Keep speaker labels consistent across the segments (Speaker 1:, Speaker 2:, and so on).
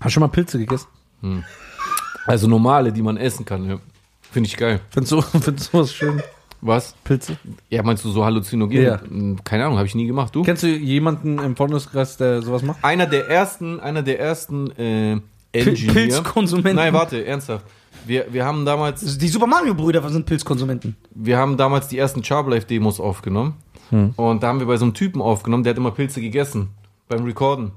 Speaker 1: Hast du schon mal Pilze gegessen?
Speaker 2: Also normale, die man essen kann, ja. Finde ich geil.
Speaker 1: Findest du, findest du was schön?
Speaker 2: Was?
Speaker 1: Pilze?
Speaker 2: Ja, meinst du so halluzinogen?
Speaker 1: Ja.
Speaker 2: Hm, Keine Ahnung, habe ich nie gemacht. Du?
Speaker 1: Kennst du jemanden im Freundeskreis, der sowas macht?
Speaker 2: einer der ersten, einer der ersten äh, Engineer.
Speaker 3: Pilzkonsumenten.
Speaker 2: Nein, warte, ernsthaft. Wir, wir haben damals,
Speaker 3: Also Die Super Mario-Brüder sind Pilzkonsumenten.
Speaker 2: wir haben damals die ersten Charblife-Demos aufgenommen. Und da haben wir bei so einem Typen aufgenommen, der hat immer Pilze gegessen beim Recorden.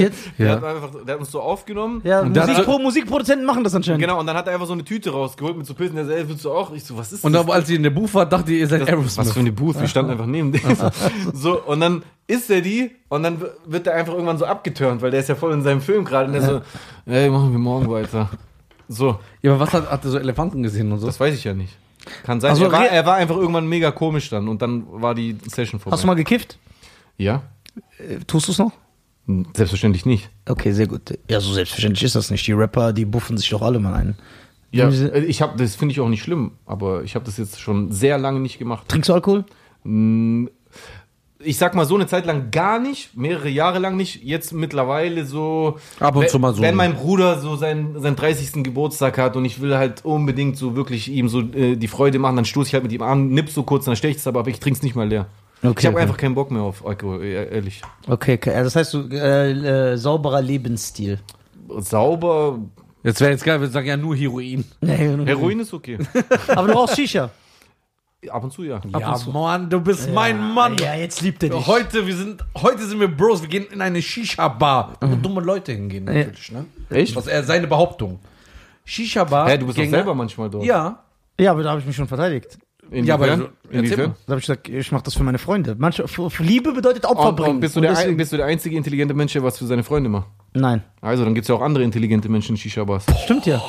Speaker 3: jetzt?
Speaker 2: Der, hat einfach, der hat uns so aufgenommen.
Speaker 3: Ja,
Speaker 1: dann-
Speaker 3: Musikpro Musikproduzenten machen das anscheinend.
Speaker 2: Genau, und dann hat er einfach so eine Tüte rausgeholt mit so Pilzen. Der sagt, ey, willst du auch? Ich so, was ist
Speaker 1: Und
Speaker 2: das?
Speaker 1: dann, als sie in der Buch war, dachte ihr, ihr seid
Speaker 2: Das, was für
Speaker 1: Aerosmith.
Speaker 2: eine Booth, wir standen einfach neben dem. so, und dann isst er die und dann w- wird er einfach irgendwann so abgeturnt, weil der ist ja voll in seinem Film gerade und der so, ey, machen wir morgen weiter. So,
Speaker 1: Ja, aber was hat, hat er so Elefanten gesehen und so?
Speaker 2: das weiß ich ja nicht. Kann sein.
Speaker 3: Also
Speaker 2: er, war,
Speaker 3: re-
Speaker 2: er war einfach irgendwann mega komisch dann und dann war die Session vorbei.
Speaker 3: Hast du mal gekifft?
Speaker 2: ja?
Speaker 3: Äh, Tust du es noch?
Speaker 2: Selbstverständlich nicht.
Speaker 3: Okay, sehr gut. Ja, so selbstverständlich ist das nicht. Die Rapper, die buffen sich doch alle mal ein.
Speaker 2: Ja,
Speaker 3: Diese-
Speaker 2: äh, ich hab, das finde ich auch nicht schlimm, aber ich habe das jetzt schon sehr lange nicht gemacht.
Speaker 3: Trinkst du Alkohol?
Speaker 2: Mm, Ich sag mal so eine Zeit lang gar nicht, mehrere Jahre lang nicht, jetzt mittlerweile so.
Speaker 1: Ab und
Speaker 2: wenn,
Speaker 1: zu mal so.
Speaker 2: Wenn mein Bruder so seinen, seinen 30. Geburtstag hat und ich will halt unbedingt so wirklich ihm so äh, die Freude machen, dann stoße ich halt mit ihm an, nipp so kurz, dann steche ich es aber, aber ich trinke es nicht mal leer.
Speaker 3: Okay,
Speaker 2: ich habe
Speaker 3: okay.
Speaker 2: einfach keinen Bock mehr auf Alkohol, eh, ehrlich.
Speaker 3: Okay, okay. Also das heißt, du, äh, äh, sauberer Lebensstil.
Speaker 2: Sauber,
Speaker 1: Jetzt wäre jetzt geil, wenn ich sagen, ja, nur Heroin.
Speaker 2: Heroin ist okay.
Speaker 3: Aber du rauchst Shisha.
Speaker 2: Ab und zu ja.
Speaker 1: Ja, Mann, du bist mein Mann.
Speaker 3: Ja, jetzt liebt er dich.
Speaker 1: Heute, wir sind, heute sind wir Bros, wir gehen in eine Shisha-Bar. Wo dumme Leute hingehen, natürlich, ne?
Speaker 2: Echt?
Speaker 1: Was er, seine Behauptung. Shisha-Bar.
Speaker 2: Hä, du bist doch
Speaker 1: Gänge-
Speaker 2: selber manchmal dort.
Speaker 1: Ja.
Speaker 3: Ja, aber da habe ich mich schon verteidigt.
Speaker 1: Ja, aber so- erzähl
Speaker 2: inwiefern?
Speaker 1: mal.
Speaker 3: Da habe ich gesagt, ich mache das für meine Freunde. Manche, F- F- Liebe bedeutet Opfer
Speaker 2: Und,
Speaker 3: bringen.
Speaker 2: und bist, du der, ein-
Speaker 3: deswegen-
Speaker 2: bist du der einzige intelligente Mensch, der was für seine Freunde macht?
Speaker 3: Nein.
Speaker 2: Also, dann gibt es ja auch andere intelligente Menschen in Shisha-Bars.
Speaker 3: Stimmt ja.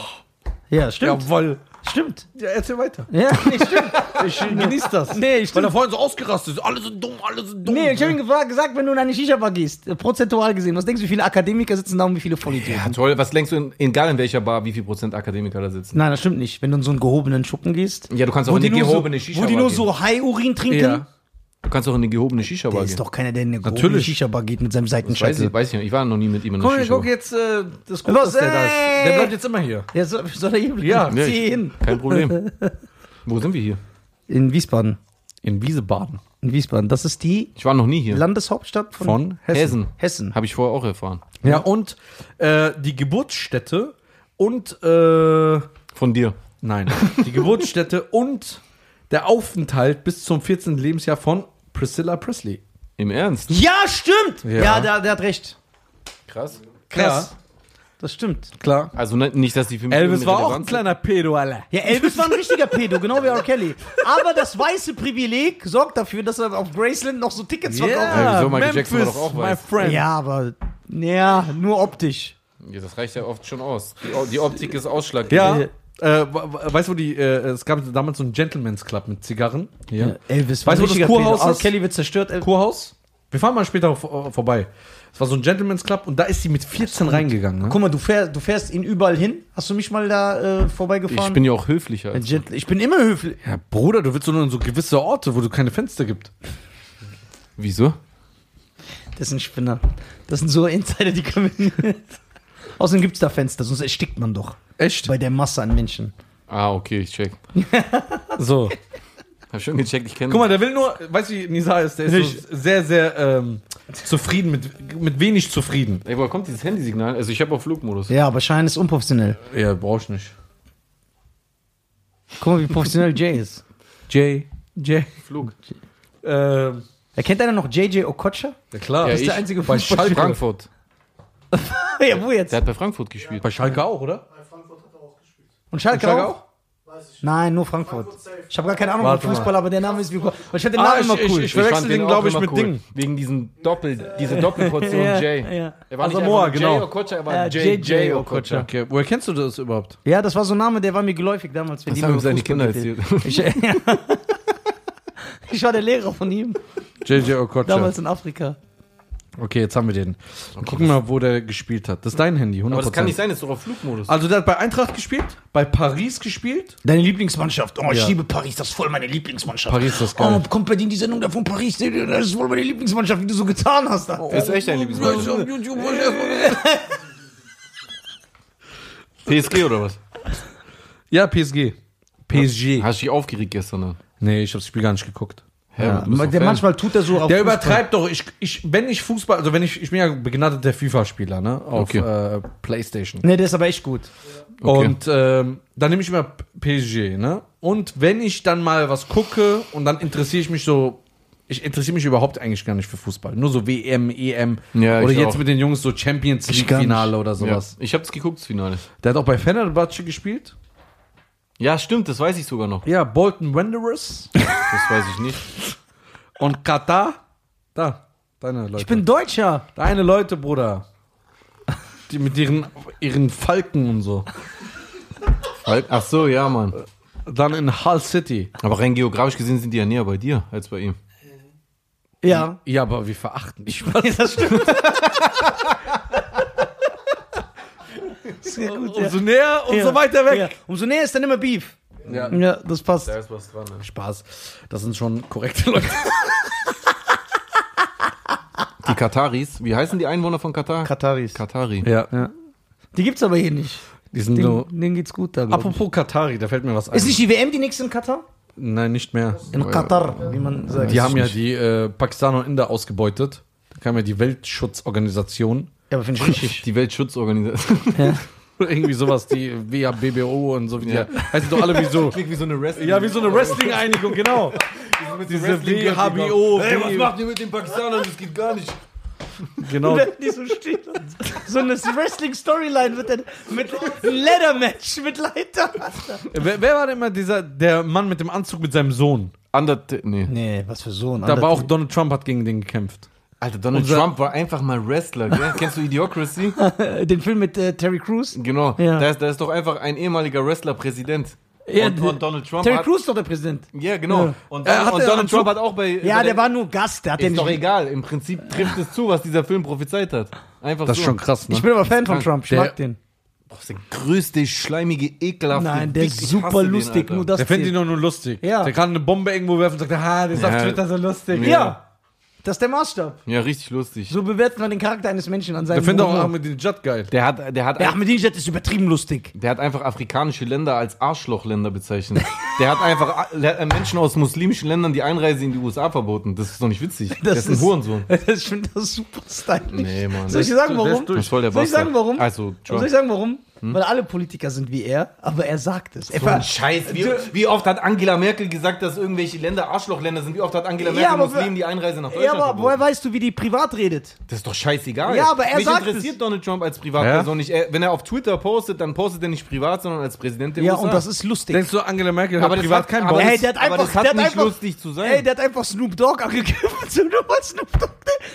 Speaker 3: Ja, stimmt.
Speaker 1: Jawohl.
Speaker 3: Stimmt.
Speaker 1: Ja, erzähl weiter.
Speaker 3: Ja, nee, stimmt. Ich genieße das. Nee, ich
Speaker 1: Weil er vorhin so ausgerastet ist. Alle sind dumm, alle sind dumm.
Speaker 3: Nee, ich
Speaker 2: ne?
Speaker 3: habe ihm gefragt, gesagt, wenn du in eine Shisha-Bar gehst, äh, prozentual gesehen, was denkst du, wie viele Akademiker sitzen da und wie viele Vollidioten?
Speaker 2: Ja, toll. Was denkst du, in, egal in welcher Bar, wie viel Prozent Akademiker da sitzen?
Speaker 3: Nein, das stimmt nicht. Wenn du in so einen gehobenen Schuppen gehst,
Speaker 2: Ja, du kannst auch in eine gehobene Shisha-Bar
Speaker 3: wo die nur
Speaker 2: gehen.
Speaker 3: so Hai-Urin trinken,
Speaker 1: Ja.
Speaker 2: Du kannst auch in eine gehobene Shisha-Bar
Speaker 3: der
Speaker 2: gehen.
Speaker 3: ist doch keiner, der in eine gehobene
Speaker 1: Natürlich.
Speaker 3: Shisha-Bar geht mit seinem
Speaker 2: Weiß ich,
Speaker 3: Seitenscheitel.
Speaker 2: weiß ich nicht. Ich war noch nie mit ihm in der
Speaker 1: Guck, mal, guck
Speaker 2: Shisha-Bar.
Speaker 1: jetzt, äh, das ist gut,
Speaker 3: Was,
Speaker 1: dass der da
Speaker 3: ey?
Speaker 1: ist. Der bleibt jetzt immer hier.
Speaker 3: Ja, so, soll er hier bleiben?
Speaker 1: Ja,
Speaker 2: Ja,
Speaker 3: Zieh
Speaker 2: ich-
Speaker 3: hin.
Speaker 2: Kein Problem. Wo sind wir hier?
Speaker 3: In Wiesbaden.
Speaker 1: In Wiesebaden.
Speaker 3: In Wiesbaden. Das ist die
Speaker 2: Ich war noch nie hier.
Speaker 3: Landeshauptstadt von,
Speaker 1: Von
Speaker 3: Hessen.
Speaker 2: Hessen.
Speaker 3: Hessen.
Speaker 2: Habe ich vorher auch erfahren.
Speaker 1: Ja, und äh, die Geburtsstätte und, äh,
Speaker 2: Von dir.
Speaker 1: nein, die Geburtsstätte und der Aufenthalt bis zum 14. Lebensjahr von Priscilla Presley.
Speaker 2: Im Ernst?
Speaker 3: Ja, stimmt! Ja,
Speaker 1: Ja.
Speaker 3: der, der hat recht.
Speaker 2: Krass.
Speaker 3: Krass. Das stimmt.
Speaker 1: klar.
Speaker 2: Also ne, nicht, dass die für mich
Speaker 1: Elvis war auch ein
Speaker 2: irrelevant sind.
Speaker 1: kleiner Pedo, Alter.
Speaker 3: Ja, Elvis war ein richtiger Pedo, genau wie R. Kelly. Aber das weiße Privileg sorgt dafür, dass er auf Graceland noch so Tickets verkauft.
Speaker 2: Ja, wieso? Michael Jackson war doch auch
Speaker 1: my
Speaker 2: weiß.
Speaker 1: friend.
Speaker 3: Ja, aber ja, nur optisch.
Speaker 2: Ja, das reicht ja oft schon aus. Die, O- die Optik ist ausschlaggebend.
Speaker 1: Ja.
Speaker 3: Ja.
Speaker 1: Äh, wa- wa- weißt du, wo die, äh, es gab damals so einen Gentleman's Club mit Zigarren. Ja.
Speaker 3: Elvis
Speaker 1: Weißt du, wo das Kurhaus
Speaker 3: Pedo. R.
Speaker 1: ist?
Speaker 3: Kelly wird zerstört. Elvis.
Speaker 1: Kurhaus. Wir fahren mal später vor- äh, vorbei. Es war so ein Gentleman's Club und da ist sie mit 14 reingegangen. Ne?
Speaker 3: Guck mal, du fährst, du fährst ihn überall hin. Hast du mich mal da äh, vorbeigefahren?
Speaker 2: Ich bin ja auch höflicher.
Speaker 3: Ein
Speaker 2: Als
Speaker 3: Gentle- ich bin immer höflich.
Speaker 1: Ja, Bruder, du willst nur in so gewisse Orte, wo du keine Fenster gibt.
Speaker 2: Wieso?
Speaker 3: Das sind Spinner. Das sind so Insider, die können wir nicht. Außerdem gibt es da Fenster, sonst erstickt man doch.
Speaker 1: Echt?
Speaker 3: Bei der Masse an Menschen.
Speaker 2: Ah, okay, ich check.
Speaker 1: So.
Speaker 2: Hab schon gecheckt, ich kenne
Speaker 1: Guck mal, der will nur, weißt du, wie Nisa ist, der ist so sehr, sehr ähm, zufrieden, mit, mit wenig zufrieden.
Speaker 2: Ey, woher kommt dieses Handysignal? Also ich habe auf Flugmodus.
Speaker 3: Ja, aber Schein ist unprofessionell.
Speaker 1: Ja, brauchst nicht.
Speaker 3: Guck mal, wie professionell Jay ist.
Speaker 1: Jay, Jay.
Speaker 2: Flug.
Speaker 3: Äh,
Speaker 1: Ähm,
Speaker 3: Erkennt einer noch JJ Okocha?
Speaker 1: ja, klar.
Speaker 2: Ja,
Speaker 1: das ist der
Speaker 2: ich-
Speaker 1: einzige
Speaker 3: bei
Speaker 1: bei Schalke.
Speaker 2: Frankfurt.
Speaker 3: ja, wo jetzt?
Speaker 2: Der hat bei Frankfurt gespielt.
Speaker 1: Bei Schalke auch, oder?
Speaker 3: Und Schalke, auch? Nein, nur Frankfurt. Ich habe gar keine Ahnung
Speaker 1: Warte
Speaker 3: von Fußball, aber der Name ist wie cool. Ich finde den
Speaker 1: Ah,
Speaker 3: Namen immer
Speaker 1: ich- ich-
Speaker 3: cool.
Speaker 1: ich- verwechsel
Speaker 2: fand
Speaker 1: den, glaub
Speaker 2: auch
Speaker 1: ich,
Speaker 2: immer
Speaker 1: mit Ding.
Speaker 2: Wegen diesen Doppel, diese Doppelportion
Speaker 3: Ja,
Speaker 2: Jay.
Speaker 3: ja.
Speaker 2: Er war nicht
Speaker 1: Asamoah,
Speaker 2: einfach nur Jay
Speaker 1: genau.
Speaker 2: Okocha, er war
Speaker 3: Ja, JJ
Speaker 2: JJ Okocha.
Speaker 1: Okay, woher kennst du das überhaupt?
Speaker 3: ja, das war so ein Name, der war mir geläufig damals. Wenn
Speaker 2: Das
Speaker 3: die
Speaker 2: haben
Speaker 3: über
Speaker 2: seine Kinder
Speaker 3: Fußball geredet.
Speaker 2: erzählt.
Speaker 3: Ich, ich war der Lehrer von ihm,
Speaker 1: JJ Okocha.
Speaker 3: damals in Afrika.
Speaker 1: Okay, jetzt haben wir den. Dann gucken wir mal, wo der gespielt hat. Das ist dein Handy, 100%.
Speaker 2: Aber das kann nicht sein, das ist doch auf Flugmodus.
Speaker 1: Also der hat bei Eintracht gespielt, bei Paris gespielt.
Speaker 3: Deine Lieblingsmannschaft. Oh, ich
Speaker 1: Ja.
Speaker 3: liebe Paris, das ist voll meine Lieblingsmannschaft.
Speaker 1: Paris ist das geil.
Speaker 3: Oh, kommt bei dir die Sendung da von Paris, das
Speaker 1: Oh.
Speaker 3: ist wohl meine Lieblingsmannschaft, wie du so getan hast. Da.
Speaker 2: das ist echt ein Lieblingsmann. PSG oder was?
Speaker 1: Ja, PSG. PSG.
Speaker 2: Hast du dich aufgeregt gestern? Ne?
Speaker 1: Nee, ich habe das Spiel gar nicht geguckt.
Speaker 2: Hä,
Speaker 3: Ja,
Speaker 2: du bist doch
Speaker 3: der
Speaker 2: Fan.
Speaker 3: manchmal tut er so auf
Speaker 1: Der
Speaker 3: Fußball.
Speaker 1: übertreibt doch. Ich, ich, wenn ich Fußball, also wenn ich, ich bin ja begnadeter FIFA-Spieler, ne? Auf
Speaker 2: Okay.
Speaker 1: äh, PlayStation.
Speaker 3: Nee, der ist aber echt gut.
Speaker 2: Okay.
Speaker 1: Und ähm, dann nehme ich immer PSG, ne? Und wenn ich dann mal was gucke und dann interessiere ich mich so, ich interessiere mich überhaupt eigentlich gar nicht für Fußball. Nur so WM, EM
Speaker 2: Ja, ich
Speaker 1: oder jetzt
Speaker 2: auch.
Speaker 1: mit den Jungs so Champions
Speaker 3: Ich
Speaker 1: League
Speaker 3: gar nicht.
Speaker 1: Finale oder
Speaker 2: Ja.
Speaker 1: sowas.
Speaker 2: Ich hab's geguckt, das Finale.
Speaker 1: Der hat auch bei Fenerbahce gespielt.
Speaker 2: Ja, stimmt, das weiß ich sogar noch.
Speaker 1: Ja, Bolton Wanderers
Speaker 2: Das weiß ich nicht.
Speaker 1: und Katar. Da, deine Leute.
Speaker 3: Ich bin Deutscher.
Speaker 1: deine Leute, Bruder. Die mit ihren, ihren Falken und so.
Speaker 2: Weil- Ach so, ja, Mann.
Speaker 1: Dann in Hull City.
Speaker 2: Aber rein geografisch gesehen sind die ja näher bei dir als bei ihm.
Speaker 3: Ja.
Speaker 1: Ja, aber wir verachten dich.
Speaker 3: Ja, das stimmt. Sehr gut, ja.
Speaker 1: Umso näher, umso
Speaker 3: Ja.
Speaker 1: weiter
Speaker 3: Ja.
Speaker 1: weg.
Speaker 3: Umso näher ist dann immer Beef.
Speaker 1: Ja.
Speaker 3: Ja, das passt.
Speaker 2: ist was dran. ne?
Speaker 1: Spaß. Das sind schon korrekte Leute.
Speaker 2: Die Kataris, wie heißen die Einwohner von Katar?
Speaker 3: Kataris.
Speaker 2: Katari.
Speaker 1: Ja.
Speaker 3: Die gibt's aber hier nicht.
Speaker 1: Die sind
Speaker 3: Den,
Speaker 1: so.
Speaker 3: denen geht's gut da. glaub ich.
Speaker 1: Apropos Katari, da fällt mir was ein.
Speaker 3: Ist nicht die WM die nächste in Katar?
Speaker 1: Nein, nicht mehr.
Speaker 3: In Katar, wie man sagt.
Speaker 1: Die haben ja die äh, Pakistaner und Inder ausgebeutet. Da kam ja die Weltschutzorganisation.
Speaker 3: Ja, aber finde ich richtig.
Speaker 2: Die Weltschutzorganisation.
Speaker 1: Irgendwie sowas, die WHBBO und so. Wie
Speaker 2: Ja.
Speaker 1: die, heißen doch alle wie so.
Speaker 2: Klingt wie so eine Wrestling.
Speaker 1: Ja, wie so eine Wrestling-Einigung, genau. Diese WHBO. W-
Speaker 2: ihr mit den Pakistanern? Das geht gar nicht.
Speaker 1: Genau.
Speaker 3: Die so steht und so eine Wrestling-Storyline wird dann mit Leather-Match, mit Leiter.
Speaker 1: Wer, wer war denn immer dieser, der Mann mit dem Anzug mit seinem Sohn?
Speaker 2: Undertaker, nee.
Speaker 3: Nee, was für so ein
Speaker 1: Da war auch Donald Trump hat gegen den gekämpft.
Speaker 2: Alter, Donald
Speaker 1: Unser-
Speaker 2: Trump war einfach mal Wrestler, gell? Kennst du Idiocracy?
Speaker 3: Den Film mit äh, Terry Crews.
Speaker 2: Genau.
Speaker 3: Ja.
Speaker 2: Da, ist, da ist doch einfach ein ehemaliger Wrestler Präsident.
Speaker 3: Ja,
Speaker 2: und, und Donald Trump
Speaker 3: Terry
Speaker 2: hat,
Speaker 3: Crews ist doch der Präsident.
Speaker 2: Ja, genau.
Speaker 3: Ja. Äh,
Speaker 2: Und,
Speaker 1: Er hat
Speaker 2: und
Speaker 1: den
Speaker 2: Donald
Speaker 1: Anzug-
Speaker 2: Trump hat auch bei.
Speaker 3: Ja,
Speaker 2: bei
Speaker 3: der war nur Gast, der hat den
Speaker 2: Ist doch
Speaker 3: nicht.
Speaker 2: egal. Im Prinzip trifft es zu, was dieser Film prophezeit hat. Einfach
Speaker 1: Das
Speaker 2: so.
Speaker 1: ist schon krass, ne?
Speaker 3: Ich bin aber Fan von
Speaker 2: krank.
Speaker 3: Trump, ich
Speaker 1: Der-
Speaker 3: mag den.
Speaker 2: Boah, ist der größte, schleimige, ekelhafte.
Speaker 3: Nein, der
Speaker 2: Dick.
Speaker 3: ist
Speaker 2: Ich
Speaker 3: super
Speaker 2: hasse den,
Speaker 3: lustig,
Speaker 2: Alter.
Speaker 3: nur das
Speaker 1: der findet ihn
Speaker 3: zählt.
Speaker 1: doch nur lustig.
Speaker 3: Ja.
Speaker 1: Der kann eine Bombe irgendwo werfen und sagt, ah, der ist auf
Speaker 2: Ja.
Speaker 1: Twitter so lustig.
Speaker 2: Ja.
Speaker 3: Ja, das ist der Maßstab.
Speaker 2: Ja, richtig lustig.
Speaker 3: So bewertet man den Charakter eines Menschen an seinem
Speaker 1: Der findet auch
Speaker 3: Humor.
Speaker 1: Ahmadinejad geil.
Speaker 2: Der hat, der hat,
Speaker 3: Ja, Ahmadinejad ist übertrieben lustig.
Speaker 2: der hat einfach afrikanische Länder als Arschlochländer bezeichnet. der hat einfach äh, Menschen aus muslimischen Ländern die Einreise in die USA verboten. Das ist doch nicht witzig. der ist ein Hurensohn.
Speaker 3: Das, ich finde das super stylisch.
Speaker 2: Nee, Mann.
Speaker 3: Soll ich dir sagen,
Speaker 1: Der ist
Speaker 3: warum?
Speaker 1: durch.
Speaker 2: Das ist voll der
Speaker 3: Soll ich
Speaker 2: Bastard.
Speaker 3: sagen, warum?
Speaker 2: Also,
Speaker 3: Soll ich
Speaker 2: Trump. Hm?
Speaker 3: sagen, warum? Weil alle Politiker sind wie er, aber er sagt es. Er
Speaker 2: So ein
Speaker 3: ver-
Speaker 2: Scheiß. Wie, wie oft hat Angela Merkel gesagt, dass irgendwelche Länder Arschlochländer sind? Wie oft hat Angela
Speaker 3: Ja,
Speaker 2: Merkel
Speaker 3: aber-
Speaker 2: Muslimen die Einreise nach
Speaker 3: ja,
Speaker 2: Deutschland
Speaker 3: aber
Speaker 2: verboten?
Speaker 3: woher weißt du, wie die privat redet?
Speaker 2: Das ist doch scheißegal.
Speaker 3: Ja, aber er
Speaker 2: Mich
Speaker 3: sagt
Speaker 2: interessiert
Speaker 3: es.
Speaker 2: Donald Trump als Privatperson nicht. Er, wenn er auf Twitter postet, dann postet er nicht privat, sondern als Präsident der
Speaker 3: Ja,
Speaker 2: USA.
Speaker 3: und das ist lustig.
Speaker 1: Denkst du, Angela Merkel hat
Speaker 2: das
Speaker 1: privat
Speaker 2: hat-
Speaker 1: keinen
Speaker 2: aber
Speaker 1: Bock?
Speaker 2: das-
Speaker 3: Ey, der hat
Speaker 2: aber
Speaker 3: einfach-
Speaker 2: das hat
Speaker 3: der hat
Speaker 2: nicht
Speaker 3: einfach-
Speaker 2: lustig zu sein.
Speaker 3: Ey, der hat einfach Snoop Dogg angegriffen. So, nur weil Snoop Dogg.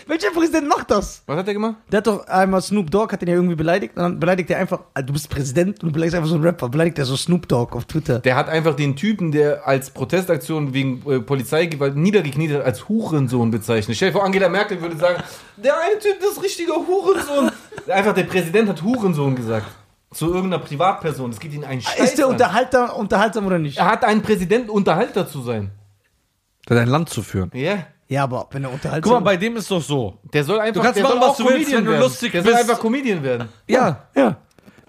Speaker 3: Welcher Präsident macht das?
Speaker 2: Was hat er gemacht?
Speaker 3: Der hat doch einmal Snoop Dogg, hat den ja irgendwie beleidigt. Und dann beleidigt er einfach, also du bist Präsident und du beleidigst einfach so einen Rapper. Beleidigt er so Snoop Dogg auf Twitter.
Speaker 2: Der hat einfach den Typen, der als Protestaktion wegen äh, Polizeigewalt niedergekniet hat, als Hurensohn bezeichnet. Stell dir vor, Angela Merkel würde sagen, der eine Typ ist richtiger Hurensohn. einfach der Präsident hat Hurensohn gesagt. Zu irgendeiner Privatperson. Es geht ihnen einen Scheiß
Speaker 3: ist der
Speaker 2: an.
Speaker 3: unterhalter, unterhaltsam oder nicht?
Speaker 2: Er hat einen Präsidenten Unterhalter zu sein.
Speaker 1: Der dein Land zu führen.
Speaker 2: Ja.
Speaker 3: Ja, aber wenn er unterhaltsam
Speaker 1: Guck mal, bei dem ist doch so.
Speaker 2: Der soll einfach
Speaker 1: Du kannst
Speaker 2: der
Speaker 1: machen, was
Speaker 2: soll auch
Speaker 1: du willst,
Speaker 2: Comedian
Speaker 1: wenn du
Speaker 2: werden.
Speaker 1: lustig
Speaker 2: der soll
Speaker 1: bist.
Speaker 2: einfach Comedian werden.
Speaker 1: Ja.
Speaker 3: Ja.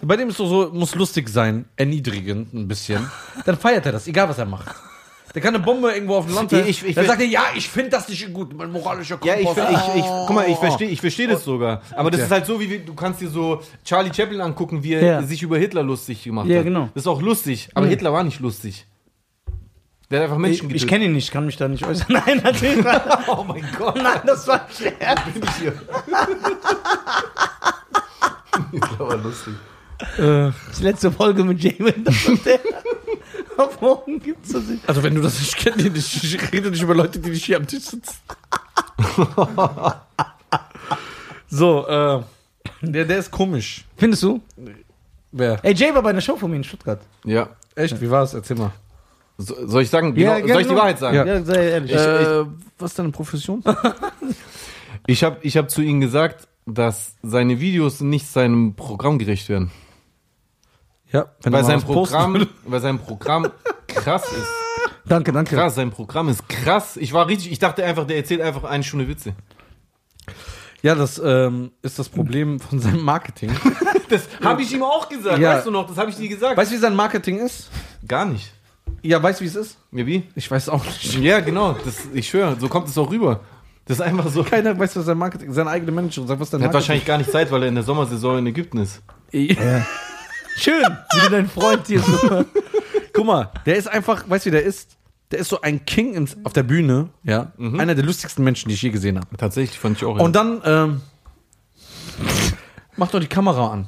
Speaker 1: Bei dem ist doch so, muss lustig sein, erniedrigend ein bisschen. Dann feiert er das, egal was er macht. Der kann eine Bombe irgendwo auf dem Land
Speaker 2: Ich-
Speaker 1: werfen.
Speaker 2: ich- ich
Speaker 1: Dann
Speaker 2: will-
Speaker 1: sagt er, ja, ich finde das nicht gut, mein moralischer
Speaker 2: Ja,
Speaker 1: Kompass.
Speaker 2: ich, ich, ich, guck mal, ich verstehe ich versteh das sogar. Aber das ist halt so, wie wir- du kannst dir so Charlie Chaplin angucken, wie er
Speaker 3: Ja.
Speaker 2: sich über Hitler lustig gemacht
Speaker 3: Ja,
Speaker 2: hat.
Speaker 3: genau.
Speaker 2: Das ist auch lustig, aber Hitler war nicht lustig. Der hat einfach
Speaker 3: Ich,
Speaker 2: Menschen
Speaker 3: ich
Speaker 2: getötet.
Speaker 3: kenne ihn nicht, kann mich da nicht äußern. Nein, natürlich. Nein,
Speaker 2: Oh mein Gott,
Speaker 3: das war ein Scherz.
Speaker 2: bin ich hier. Hitler war lustig.
Speaker 3: Die letzte Folge mit Jamin. das war der. Auf morgen gibt's das nicht.
Speaker 1: Also wenn du das nicht kennst, ich rede nicht über Leute, die nicht hier am Tisch sitzen. so, äh, der, der ist komisch.
Speaker 3: Findest du?
Speaker 1: Wer?
Speaker 3: Ey, Jay war bei einer Show von mir in Stuttgart.
Speaker 2: Ja.
Speaker 1: Echt, wie war's? Erzähl mal.
Speaker 2: So, soll ich sagen?
Speaker 3: Ja,
Speaker 2: genau,
Speaker 3: ja,
Speaker 2: soll ich die
Speaker 3: genau.
Speaker 2: Wahrheit sagen?
Speaker 1: Ja.
Speaker 3: Ja, sei ehrlich.
Speaker 1: äh, was ist deine Profession?
Speaker 2: Ich habe ich hab zu ihm gesagt, dass seine Videos nicht seinem Programm gerecht werden.
Speaker 1: ja, wenn
Speaker 2: Weil
Speaker 1: mal
Speaker 2: sein
Speaker 1: was posten
Speaker 2: Programm,
Speaker 1: würdest.
Speaker 2: weil sein Programm krass ist.
Speaker 3: danke, danke.
Speaker 2: Krass, sein Programm ist krass. Ich war richtig, ich dachte einfach, der erzählt einfach eine Stunde Witze.
Speaker 4: Ja, das ähm, ist das Problem von seinem Marketing.
Speaker 2: Das habe ich ihm auch gesagt,
Speaker 4: Ja.
Speaker 2: weißt du noch, das habe ich dir gesagt.
Speaker 4: Weißt du, wie sein Marketing ist?
Speaker 2: Gar nicht.
Speaker 4: Ja, weißt du, wie es ist?
Speaker 2: Ja, wie?
Speaker 4: Ich weiß auch nicht.
Speaker 2: Ja, genau, das, ich schwöre, so kommt es auch rüber. Das ist einfach so. Er
Speaker 4: Keiner weiß, was sein Marketing Seine eigene Managerin sagt, was dein
Speaker 2: hat
Speaker 4: Marketing
Speaker 2: wahrscheinlich gar nicht Zeit, weil er in der Sommersaison in Ägypten ist.
Speaker 3: Schön, wie du deinen Freund hier so.
Speaker 4: Guck mal, der ist einfach, weißt du, wie der ist? Der ist so ein King ins, auf der Bühne, ja. Einer der lustigsten Menschen, die ich je gesehen habe.
Speaker 2: Tatsächlich fand ich auch.
Speaker 4: Und dann, ähm, mach doch die Kamera an.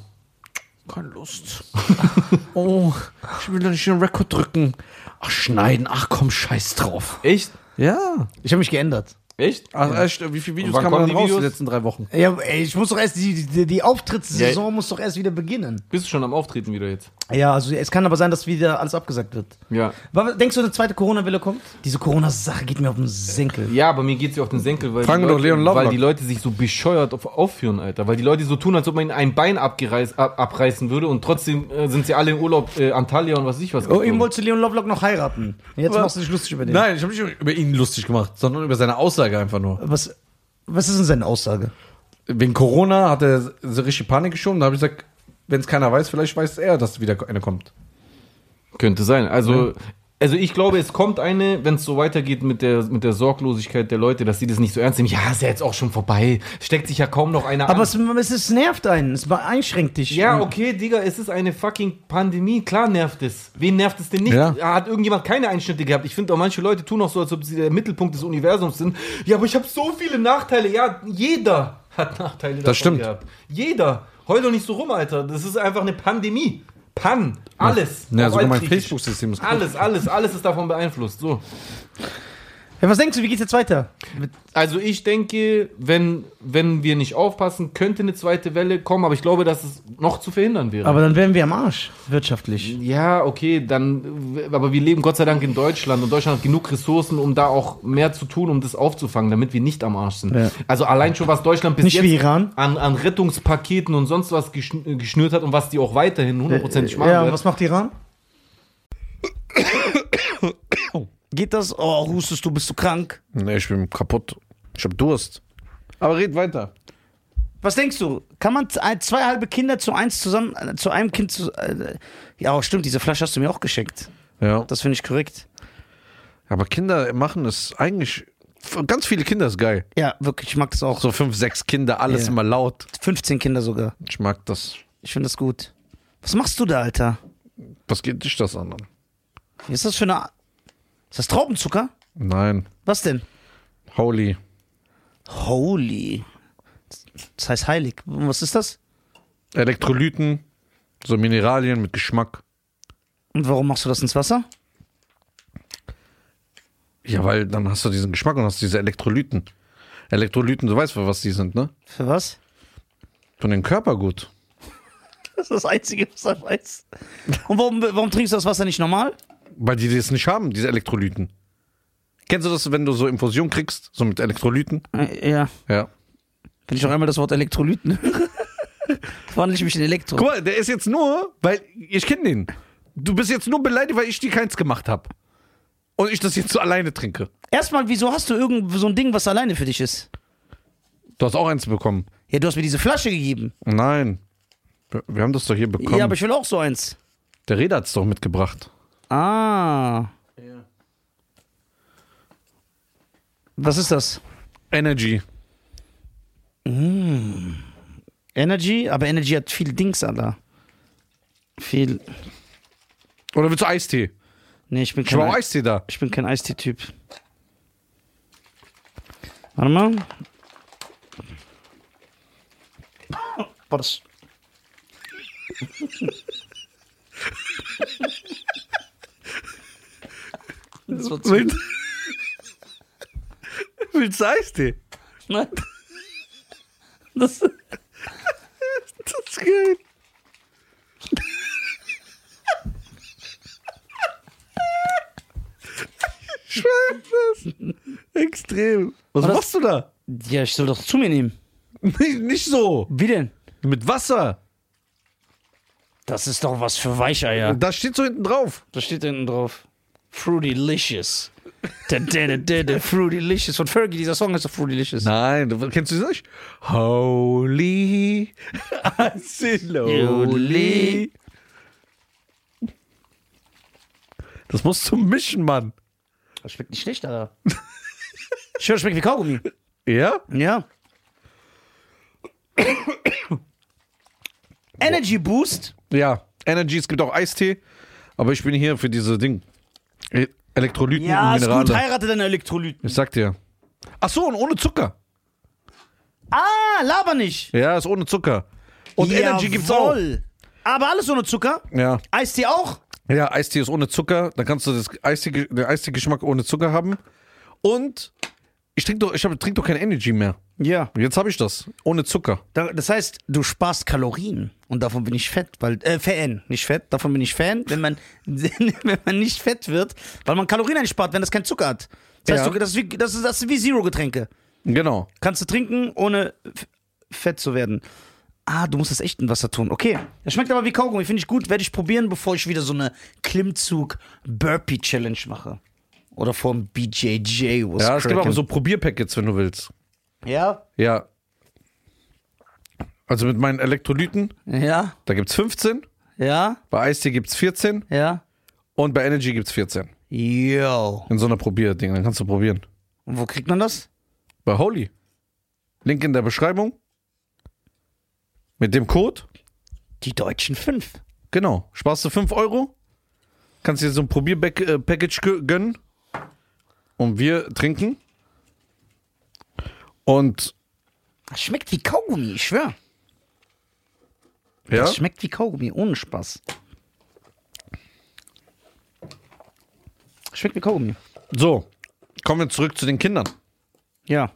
Speaker 4: Keine Lust. oh, ich will doch nicht den Rekord drücken. Ach, schneiden, ach komm, scheiß drauf.
Speaker 2: echt?
Speaker 4: Ja.
Speaker 3: Ich habe mich geändert.
Speaker 2: Echt?
Speaker 4: Ach, echt, wie viele Videos
Speaker 2: wann
Speaker 4: kamen
Speaker 2: kommen
Speaker 4: dann
Speaker 2: die
Speaker 4: raus die
Speaker 2: Videos?
Speaker 4: letzten drei Wochen?
Speaker 3: Ja, ey, ich muss doch erst, die, die, die Auftrittssaison
Speaker 2: Ja.
Speaker 3: muss doch erst wieder beginnen.
Speaker 2: Bist du schon am Auftreten wieder jetzt?
Speaker 3: Ja, also es kann aber sein, dass wieder alles abgesagt wird.
Speaker 2: Ja.
Speaker 3: Aber Denkst du, eine zweite Corona-Welle kommt? Diese Corona-Sache geht mir auf den Senkel.
Speaker 2: Ja, aber mir geht's ja auf den Senkel, weil,
Speaker 4: Fragen wir
Speaker 2: die
Speaker 4: doch
Speaker 2: Leute,
Speaker 4: Leon Lovelock.
Speaker 2: weil die Leute sich so bescheuert auf, aufführen, Alter. Weil die Leute so tun, als ob man ihnen ein Bein abgereiß, ab, abreißen würde und trotzdem äh, sind sie alle im Urlaub äh, Antalya und was weiß ich was.
Speaker 3: Oh, eben
Speaker 2: geflogen.
Speaker 3: wolltest du Leon Lovelock noch heiraten. Jetzt machst du dich lustig über den.
Speaker 4: Nein, ich habe nicht über ihn lustig gemacht, sondern über seine Aussage einfach nur.
Speaker 3: Was, was ist denn seine Aussage?
Speaker 4: Wegen Corona hat er so richtig Panik geschoben. Da habe ich gesagt, wenn es keiner weiß, vielleicht weiß er, dass wieder eine kommt.
Speaker 2: Könnte sein. Also, also ich glaube, es kommt eine, wenn es so weitergeht mit der, mit der Sorglosigkeit der Leute, dass sie das nicht so ernst nehmen. Ja, ist ja jetzt auch schon vorbei. Steckt sich ja kaum noch einer an.
Speaker 3: Aber es, es, es nervt einen, es einschränkt dich.
Speaker 4: Hm.
Speaker 2: Ja, okay, Digga, es ist eine fucking Pandemie. Klar nervt es. Wen nervt es denn nicht? Ah,
Speaker 4: Ja.
Speaker 2: Hat irgendjemand keine Einschnitte gehabt? Ich finde auch, manche Leute tun auch so, als ob sie der Mittelpunkt des Universums sind. Ja, aber ich habe so viele Nachteile. Ja, jeder hat Nachteile davon
Speaker 4: stimmt.
Speaker 2: gehabt. Jeder. Heul doch nicht so rum, Alter. Das ist einfach eine Pandemie. Pan. Alles.
Speaker 4: Ja,
Speaker 2: Auch
Speaker 4: sogar mein
Speaker 2: alltäglich.
Speaker 4: Facebook-System ist
Speaker 2: Alles, alles, alles ist davon beeinflusst. So.
Speaker 3: Ja, was denkst du, wie geht's jetzt weiter? Mit-
Speaker 2: Also ich denke, wenn, wenn wir nicht aufpassen, könnte eine zweite Welle kommen, aber ich glaube, dass es noch zu verhindern wäre.
Speaker 3: Aber dann wären wir am Arsch, wirtschaftlich.
Speaker 2: ja, okay, dann, w- aber wir leben Gott sei Dank in Deutschland und Deutschland hat genug Ressourcen, um da auch mehr zu tun, um das aufzufangen, damit wir nicht am Arsch sind.
Speaker 3: Ja.
Speaker 2: Also allein schon, was Deutschland bis
Speaker 3: Nicht
Speaker 2: jetzt
Speaker 3: wie Iran.
Speaker 2: An, an Rettungspaketen und sonst was geschn äh, geschnürt hat und was die auch weiterhin hundertprozentig machen
Speaker 3: Äh, Ja, und
Speaker 2: wird.
Speaker 3: was macht Iran? Geht das? Oh, hustest du, bist du krank?
Speaker 1: Nee, ich bin kaputt. Ich hab Durst.
Speaker 4: Aber red weiter.
Speaker 3: Was denkst du? Kann man z- ein- zwei halbe Kinder zu eins zusammen, äh, zu einem Kind zu. äh, Ja, stimmt, diese Flasche hast du mir auch geschenkt.
Speaker 1: Ja.
Speaker 3: Das finde ich korrekt.
Speaker 1: Aber Kinder machen es eigentlich. Ganz viele Kinder ist geil.
Speaker 3: Ja, wirklich, ich mag das auch.
Speaker 1: So fünf, sechs Kinder, alles
Speaker 3: Ja.
Speaker 1: immer laut.
Speaker 3: 15 Kinder sogar.
Speaker 1: Ich mag das.
Speaker 3: Ich finde das gut. Was machst du da, Alter?
Speaker 1: Was geht dich das an?
Speaker 3: Was ist das für eine. Ist das Traubenzucker?
Speaker 1: Nein.
Speaker 3: Was denn?
Speaker 1: Holy.
Speaker 3: Holy. Das heißt heilig. Was ist das?
Speaker 1: Elektrolyten, so Mineralien mit Geschmack.
Speaker 3: Und warum machst du das ins Wasser?
Speaker 1: Ja, weil dann hast du diesen Geschmack und hast diese Elektrolyten. Elektrolyten, du weißt, für was die sind, ne?
Speaker 3: Für was?
Speaker 1: Von den Körper gut.
Speaker 3: Das ist das Einzige, was er weiß. Und warum, warum trinkst du das Wasser nicht normal?
Speaker 1: Weil die das nicht haben, diese Elektrolyten. Kennst du das, wenn du so Infusion kriegst, so mit Elektrolyten?
Speaker 3: Äh, Ja.
Speaker 1: Ja.
Speaker 3: Wenn ich noch einmal das Wort Elektrolyten höre, wandle ich mich in Elektro.
Speaker 1: Guck mal, der ist jetzt nur, weil ich kenne den. Du bist jetzt nur beleidigt, weil ich dir keins gemacht habe. Und ich das jetzt so alleine trinke.
Speaker 3: Erstmal, wieso hast du irgend so ein Ding, was alleine für dich ist?
Speaker 1: Du hast auch eins bekommen.
Speaker 3: Ja, du hast mir diese Flasche gegeben.
Speaker 1: Nein. Wir- Wir haben das doch hier bekommen.
Speaker 3: Ja, aber ich will auch so eins.
Speaker 1: der Reda hat es doch mitgebracht.
Speaker 3: Ah. Was ist das?
Speaker 1: Energy.
Speaker 3: Energy? Aber Energy hat viel Dings, Alter. Viel.
Speaker 1: Oder willst du Eistee?
Speaker 3: Nee, ich bin
Speaker 1: Ich
Speaker 3: kein,
Speaker 1: war auch
Speaker 3: Ei-
Speaker 1: Eistee da.
Speaker 3: ich bin kein Eistee-Typ. Warte mal. Boah, das. das war zu
Speaker 1: Willst, willst du Eistee?
Speaker 3: Nein. Das,
Speaker 1: Das ist geil. Ich mag das. Extrem. Was
Speaker 3: das-
Speaker 1: machst du da?
Speaker 3: ja, ich soll doch zu mir nehmen.
Speaker 1: Nicht, nicht so.
Speaker 3: Wie denn?
Speaker 1: Mit Wasser.
Speaker 3: Das ist
Speaker 1: Ah.
Speaker 3: doch was für Weicheier.
Speaker 1: Da steht so hinten drauf.
Speaker 3: Da steht hinten drauf. Fruity Licious.
Speaker 5: Da, da, da, da, da, Fruitylicious von Fergie, dieser Song heißt doch Fruitylicious.
Speaker 1: Nein, du, kennst du das nicht? Holy Asiloli. Das musst du mischen, Mann.
Speaker 5: Das schmeckt nicht schlecht, Alter. Ich höre, das schmeckt wie Kaugummi.
Speaker 1: Ja?
Speaker 5: Ja. Energy Boost.
Speaker 1: Ja. Energy, es gibt auch Eistee. Aber ich bin hier für diese Ding. E- Elektrolyten
Speaker 5: Ja,
Speaker 1: und
Speaker 5: ist gut,
Speaker 1: Minerale.
Speaker 5: heirate deine Elektrolyten.
Speaker 1: Ich sag dir. Ach so, und ohne Zucker.
Speaker 5: Ah, laber nicht.
Speaker 1: Ja, ist ohne Zucker. Und Energy gibt's auch.
Speaker 5: Jawohl. Aber alles ohne Zucker.
Speaker 1: Ja.
Speaker 5: Eistee auch.
Speaker 1: Ja, Eistee ist ohne Zucker. Dann kannst du das Eistee, den Eistee-Geschmack ohne Zucker haben. Und ich trinke doch, ich hab- trink doch kein Energy mehr.
Speaker 5: Ja.
Speaker 1: Jetzt habe ich das. Ohne Zucker.
Speaker 5: Da- Das heißt, du sparst Kalorien und davon bin ich fett, weil äh, Fan, nicht fett, davon bin ich Fan, wenn man wenn man nicht fett wird, weil man Kalorien einspart, wenn das kein Zucker hat. Das heißt,
Speaker 1: Ja.
Speaker 5: du, das, ist wie, das, ist, das ist wie Zero Getränke.
Speaker 1: Genau.
Speaker 5: Kannst du trinken, ohne f- fett zu werden. Ah, du musst das echt in Wasser tun. Okay. Das schmeckt aber wie Kaugummi. Finde ich gut. Werde ich probieren, bevor ich wieder so eine Klimmzug-Burpee-Challenge mache. Oder vom BJJ. was
Speaker 1: Ja, es gibt
Speaker 5: crackin'.
Speaker 1: auch so Probierpackets, wenn du willst.
Speaker 5: Ja?
Speaker 1: Ja. Also mit meinen Elektrolyten,
Speaker 5: Ja?
Speaker 1: da gibt's 15.
Speaker 5: Ja?
Speaker 1: Bei Eistee gibt's 14.
Speaker 5: Ja?
Speaker 1: Und bei Energy gibt's 14.
Speaker 5: Yo.
Speaker 1: In so einer Probierding. Dann kannst du probieren.
Speaker 5: Und wo kriegt man das?
Speaker 1: Bei Holy. Link in der Beschreibung. Mit dem Code.
Speaker 5: Die deutschen fünf.
Speaker 1: Genau. Sparst du 5 Euro. Kannst dir so ein Probierpackage gönnen. Und wir trinken. Und
Speaker 5: Das schmeckt wie Kaugummi, ich schwör.
Speaker 1: ja,
Speaker 5: Das schmeckt wie Kaugummi, ohne Spaß. Schmeckt wie Kaugummi.
Speaker 1: so. Kommen wir zurück zu den Kindern.
Speaker 5: Ja.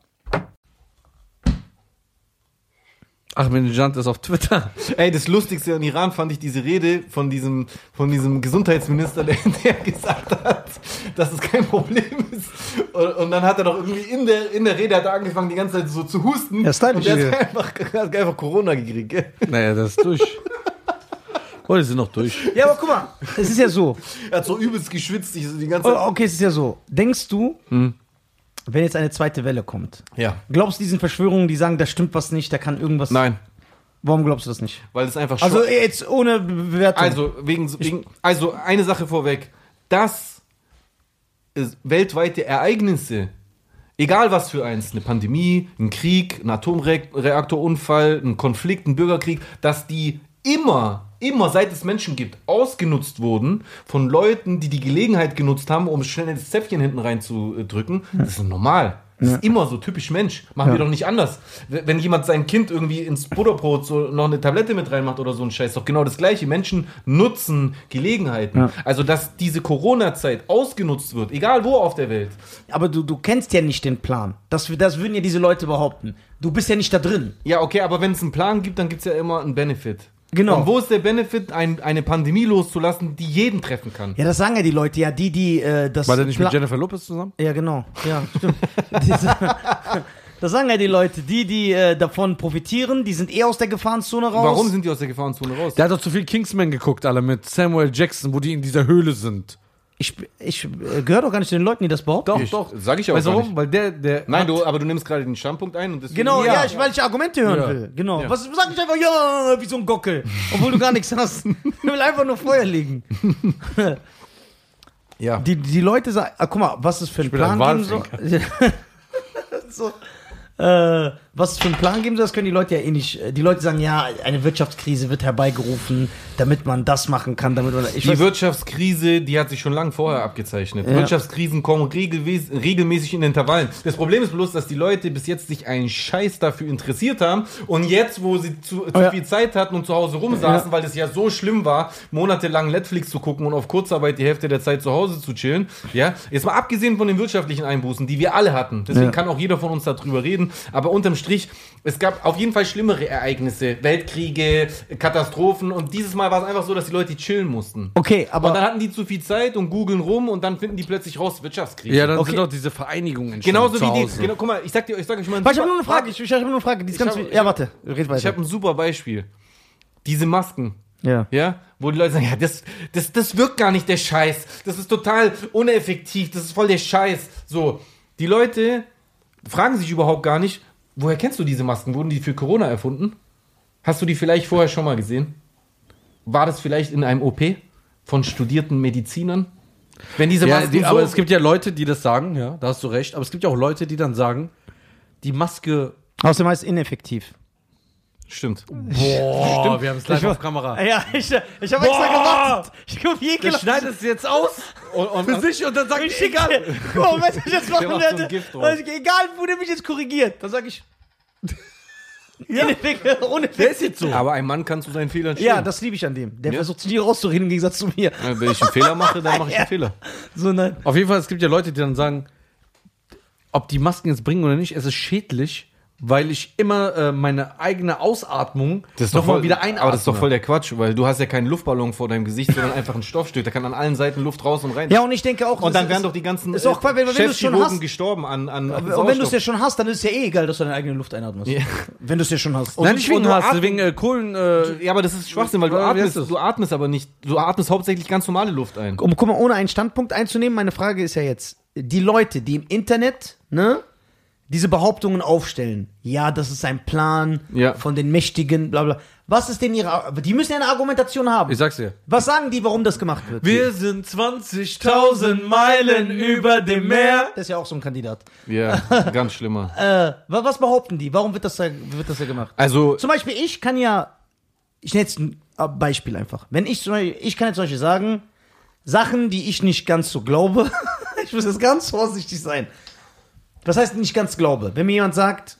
Speaker 6: Ahmadinejad ist auf Twitter.
Speaker 2: Ey, das Lustigste an Iran fand ich diese Rede von diesem, von diesem Gesundheitsminister, der, der gesagt hat, dass es kein Problem ist. Und, und dann hat er doch irgendwie in der, in der Rede hat er angefangen, die ganze Zeit so zu husten.
Speaker 5: Ja, stylisch
Speaker 2: und der
Speaker 5: hier.
Speaker 2: hat einfach, hat einfach Corona gekriegt. Gell?
Speaker 6: Naja, das ist durch. Oh, die sind noch durch.
Speaker 5: Ja, aber guck mal, es ist ja so.
Speaker 2: Er hat so übelst geschwitzt, ich so die ganze
Speaker 3: Oh,
Speaker 2: Zeit.
Speaker 3: Okay, es ist ja so. Denkst du,
Speaker 2: Hm.
Speaker 3: wenn jetzt eine zweite Welle kommt,
Speaker 2: Ja.
Speaker 3: glaubst du diesen Verschwörungen, die sagen, da stimmt was nicht, da kann irgendwas.
Speaker 2: Nein,
Speaker 3: Warum glaubst du das nicht?
Speaker 2: weil es einfach
Speaker 3: Also jetzt ohne Bewertung.
Speaker 2: Also, wegen, wegen, also eine Sache vorweg. Das ist weltweite Ereignisse, egal was für eins, eine Pandemie, ein Krieg, ein Atomreaktorunfall, ein Konflikt, ein Bürgerkrieg, dass die immer, immer seit es Menschen gibt, ausgenutzt wurden von Leuten, die die Gelegenheit genutzt haben, um schnell ins Zäpfchen hinten reinzudrücken. Das ist normal. Das ist immer so typisch Mensch. Machen wir doch nicht anders. W- Wenn jemand sein Kind irgendwie ins Butterbrot so noch eine Tablette mit reinmacht oder so ein Scheiß, doch genau das gleiche. Menschen nutzen Gelegenheiten. Also, dass diese Corona-Zeit ausgenutzt wird, egal wo auf der Welt.
Speaker 3: aber du, du kennst ja nicht den Plan. Das, das würden ja diese Leute behaupten. Du bist ja nicht da drin.
Speaker 2: Ja, okay, aber wenn es einen Plan gibt, dann gibt es ja immer einen Benefit.
Speaker 3: Genau.
Speaker 2: Und wo ist der Benefit, ein, eine Pandemie loszulassen, die jeden treffen kann?
Speaker 3: Ja, das sagen ja die Leute, ja, die, die äh, das.
Speaker 6: War der nicht mit
Speaker 3: Pla-
Speaker 6: Jennifer Lopez zusammen?
Speaker 3: Ja, genau. Ja, stimmt. Diese- das sagen ja die Leute, die, die äh, davon profitieren, die sind eh aus der Gefahrenzone raus.
Speaker 2: Warum sind die aus der Gefahrenzone raus?
Speaker 6: Der hat doch zu viel Kingsman geguckt, alle mit Samuel Jackson, wo die in dieser Höhle sind.
Speaker 3: Ich, ich äh, gehöre doch gar nicht zu den Leuten, die das behaupten.
Speaker 6: Doch,
Speaker 2: Ich-
Speaker 6: doch.
Speaker 2: sag ich auch
Speaker 6: Weißt du
Speaker 2: gar
Speaker 6: warum? Weil der, der.
Speaker 2: Nein, du, aber du nimmst gerade den Standpunkt ein und deswegen.
Speaker 3: Genau, ja,
Speaker 2: ja.
Speaker 3: ich, weil ich Argumente hören
Speaker 6: Ja.
Speaker 3: will. Genau. Was sag ich einfach, ja, wie so ein Gockel, obwohl du gar nichts hast. Ich will einfach nur Feuer legen.
Speaker 2: Ja.
Speaker 3: Die, die Leute sagen, ah, guck mal, was es für einen
Speaker 6: bin ein
Speaker 3: Plan geben soll. so, äh, was es für einen Plan geben soll, das können die Leute ja eh nicht. Die Leute sagen, ja, eine Wirtschaftskrise wird herbeigerufen, damit man das machen kann, damit man. Ich
Speaker 2: Die
Speaker 3: weiß,
Speaker 2: Wirtschaftskrise, die hat sich schon lange vorher abgezeichnet. Wirtschaftskrisen kommen regelwes- regelmäßig in Intervallen. Das Problem ist bloß, dass die Leute bis jetzt sich einen Scheiß dafür interessiert haben und jetzt, wo sie zu, zu
Speaker 3: Oh ja.
Speaker 2: viel Zeit hatten und zu Hause rumsaßen, weil es ja so schlimm war, monatelang Netflix zu gucken und auf Kurzarbeit die Hälfte der Zeit zu Hause zu chillen, ja, jetzt mal abgesehen von den wirtschaftlichen Einbußen, die wir alle hatten, deswegen kann auch jeder von uns darüber reden, aber unterm Strich, es gab auf jeden Fall schlimmere Ereignisse, Weltkriege, Katastrophen und dieses Mal war es einfach so, dass die Leute chillen mussten.
Speaker 3: okay, aber.
Speaker 2: Und dann hatten die zu viel Zeit und googeln rum und dann finden die plötzlich raus Wirtschaftskrise.
Speaker 6: Ja, dann
Speaker 3: Okay.
Speaker 6: sind doch diese Vereinigungen
Speaker 2: Genauso
Speaker 6: zu
Speaker 2: wie die.
Speaker 6: Hause.
Speaker 2: Genau, guck mal, ich sag dir, ich sag euch mal. ein
Speaker 3: Warte, ich habe
Speaker 2: super-
Speaker 3: nur eine Frage. Ich, ich habe nur eine Frage. Die ist
Speaker 2: Ich
Speaker 3: ganz
Speaker 2: hab-
Speaker 3: wichtig. ja, warte, red
Speaker 2: Ich
Speaker 3: weiter.
Speaker 2: habe ein super Beispiel. Diese Masken.
Speaker 3: Ja.
Speaker 2: Ja, wo die Leute sagen, ja, das, das, das wirkt gar nicht der Scheiß. Das ist total uneffektiv. Das ist voll der Scheiß. So, die Leute fragen sich überhaupt gar nicht, woher kennst du diese Masken? Wurden die für Corona erfunden? Hast du die vielleicht vorher schon mal gesehen? War das vielleicht in einem OP von studierten Medizinern? Wenn diese
Speaker 6: Ja,
Speaker 2: Masken
Speaker 6: die,
Speaker 2: so,
Speaker 6: aber es gibt ja Leute, die das sagen, ja, da hast du recht. Aber es gibt ja auch Leute, die dann sagen, die Maske.
Speaker 3: Außerdem heißt es ineffektiv.
Speaker 2: stimmt.
Speaker 6: Boah, Stimmt. wir haben es live auf Kamera.
Speaker 3: Ah Ja, ich, ich habe extra gewartet. Ich guck jeden
Speaker 6: Der schneidet es jetzt aus
Speaker 2: Und, und,
Speaker 6: für sich und dann sagt ich egal.
Speaker 3: Guck mal, weißt du, was ich jetzt machen
Speaker 2: macht so ein
Speaker 3: werde?
Speaker 2: Gift drauf.
Speaker 3: Weiß ich, egal, wo der mich jetzt korrigiert, dann sag ich. Ineffektiv, ohne
Speaker 6: Der ist jetzt so.
Speaker 2: aber ein Mann kann zu seinen Fehlern stehen.
Speaker 3: Ja, das liebe ich an dem. Der versucht sich nie rauszureden im Gegensatz zu mir.
Speaker 2: Wenn ich einen Fehler mache, dann mache ich einen Fehler.
Speaker 3: So, nein.
Speaker 6: Auf jeden Fall, es gibt ja Leute, die dann sagen, ob die Masken jetzt bringen oder nicht, es ist schädlich, weil ich immer äh, meine eigene Ausatmung nochmal wieder einatme.
Speaker 2: Aber das ist doch voll der Quatsch, weil du hast ja keinen Luftballon vor deinem Gesicht, sondern einfach ein Stoffstück. Da kann an allen Seiten Luft raus und rein.
Speaker 3: Ja, und ich denke auch.
Speaker 2: und
Speaker 3: das
Speaker 2: dann
Speaker 3: ist-
Speaker 2: wären doch die ganzen äh,
Speaker 3: Ist auch Quatsch, wenn, wenn du es schon
Speaker 2: Chefchirurgen
Speaker 3: hast.
Speaker 2: gestorben an, an
Speaker 3: Und wenn du es ja schon hast, dann ist es ja eh egal, dass du deine eigene Luft einatmest.
Speaker 2: Ja.
Speaker 3: Wenn du es ja schon hast.
Speaker 6: Nein, nicht wegen
Speaker 2: und nur
Speaker 6: Hass,
Speaker 2: atmen.
Speaker 6: wegen äh, Kohlen. Äh,
Speaker 2: ja, aber das ist Schwachsinn, weil du
Speaker 6: Oder wie
Speaker 2: atmest,
Speaker 6: heißt das?
Speaker 2: du atmest aber nicht. Du atmest hauptsächlich ganz normale Luft ein.
Speaker 3: um, guck mal, ohne einen Standpunkt einzunehmen, meine Frage ist ja jetzt, die Leute, die im Internet, ne, diese Behauptungen aufstellen, ja, das ist ein Plan
Speaker 2: Ja.
Speaker 3: von den Mächtigen, bla bla. Was ist denn ihre, Ar- die müssen ja eine Argumentation haben.
Speaker 6: ich sag's dir.
Speaker 3: Was sagen die, warum das gemacht wird?
Speaker 6: Wir sind 20.000 Meilen über dem Meer.
Speaker 3: das ist ja auch so ein Kandidat.
Speaker 2: Ja, ganz schlimmer.
Speaker 3: Äh, wa- was behaupten die? Warum wird das da, wird das da gemacht?
Speaker 2: Also,
Speaker 3: Zum Beispiel, ich kann ja, ich nenne jetzt ein Beispiel einfach. Wenn ich zum Beispiel, ich kann jetzt zum Beispiel sagen, Sachen, die ich nicht ganz so glaube, ich muss jetzt ganz vorsichtig sein. Was heißt nicht ganz glaube? Wenn mir jemand sagt,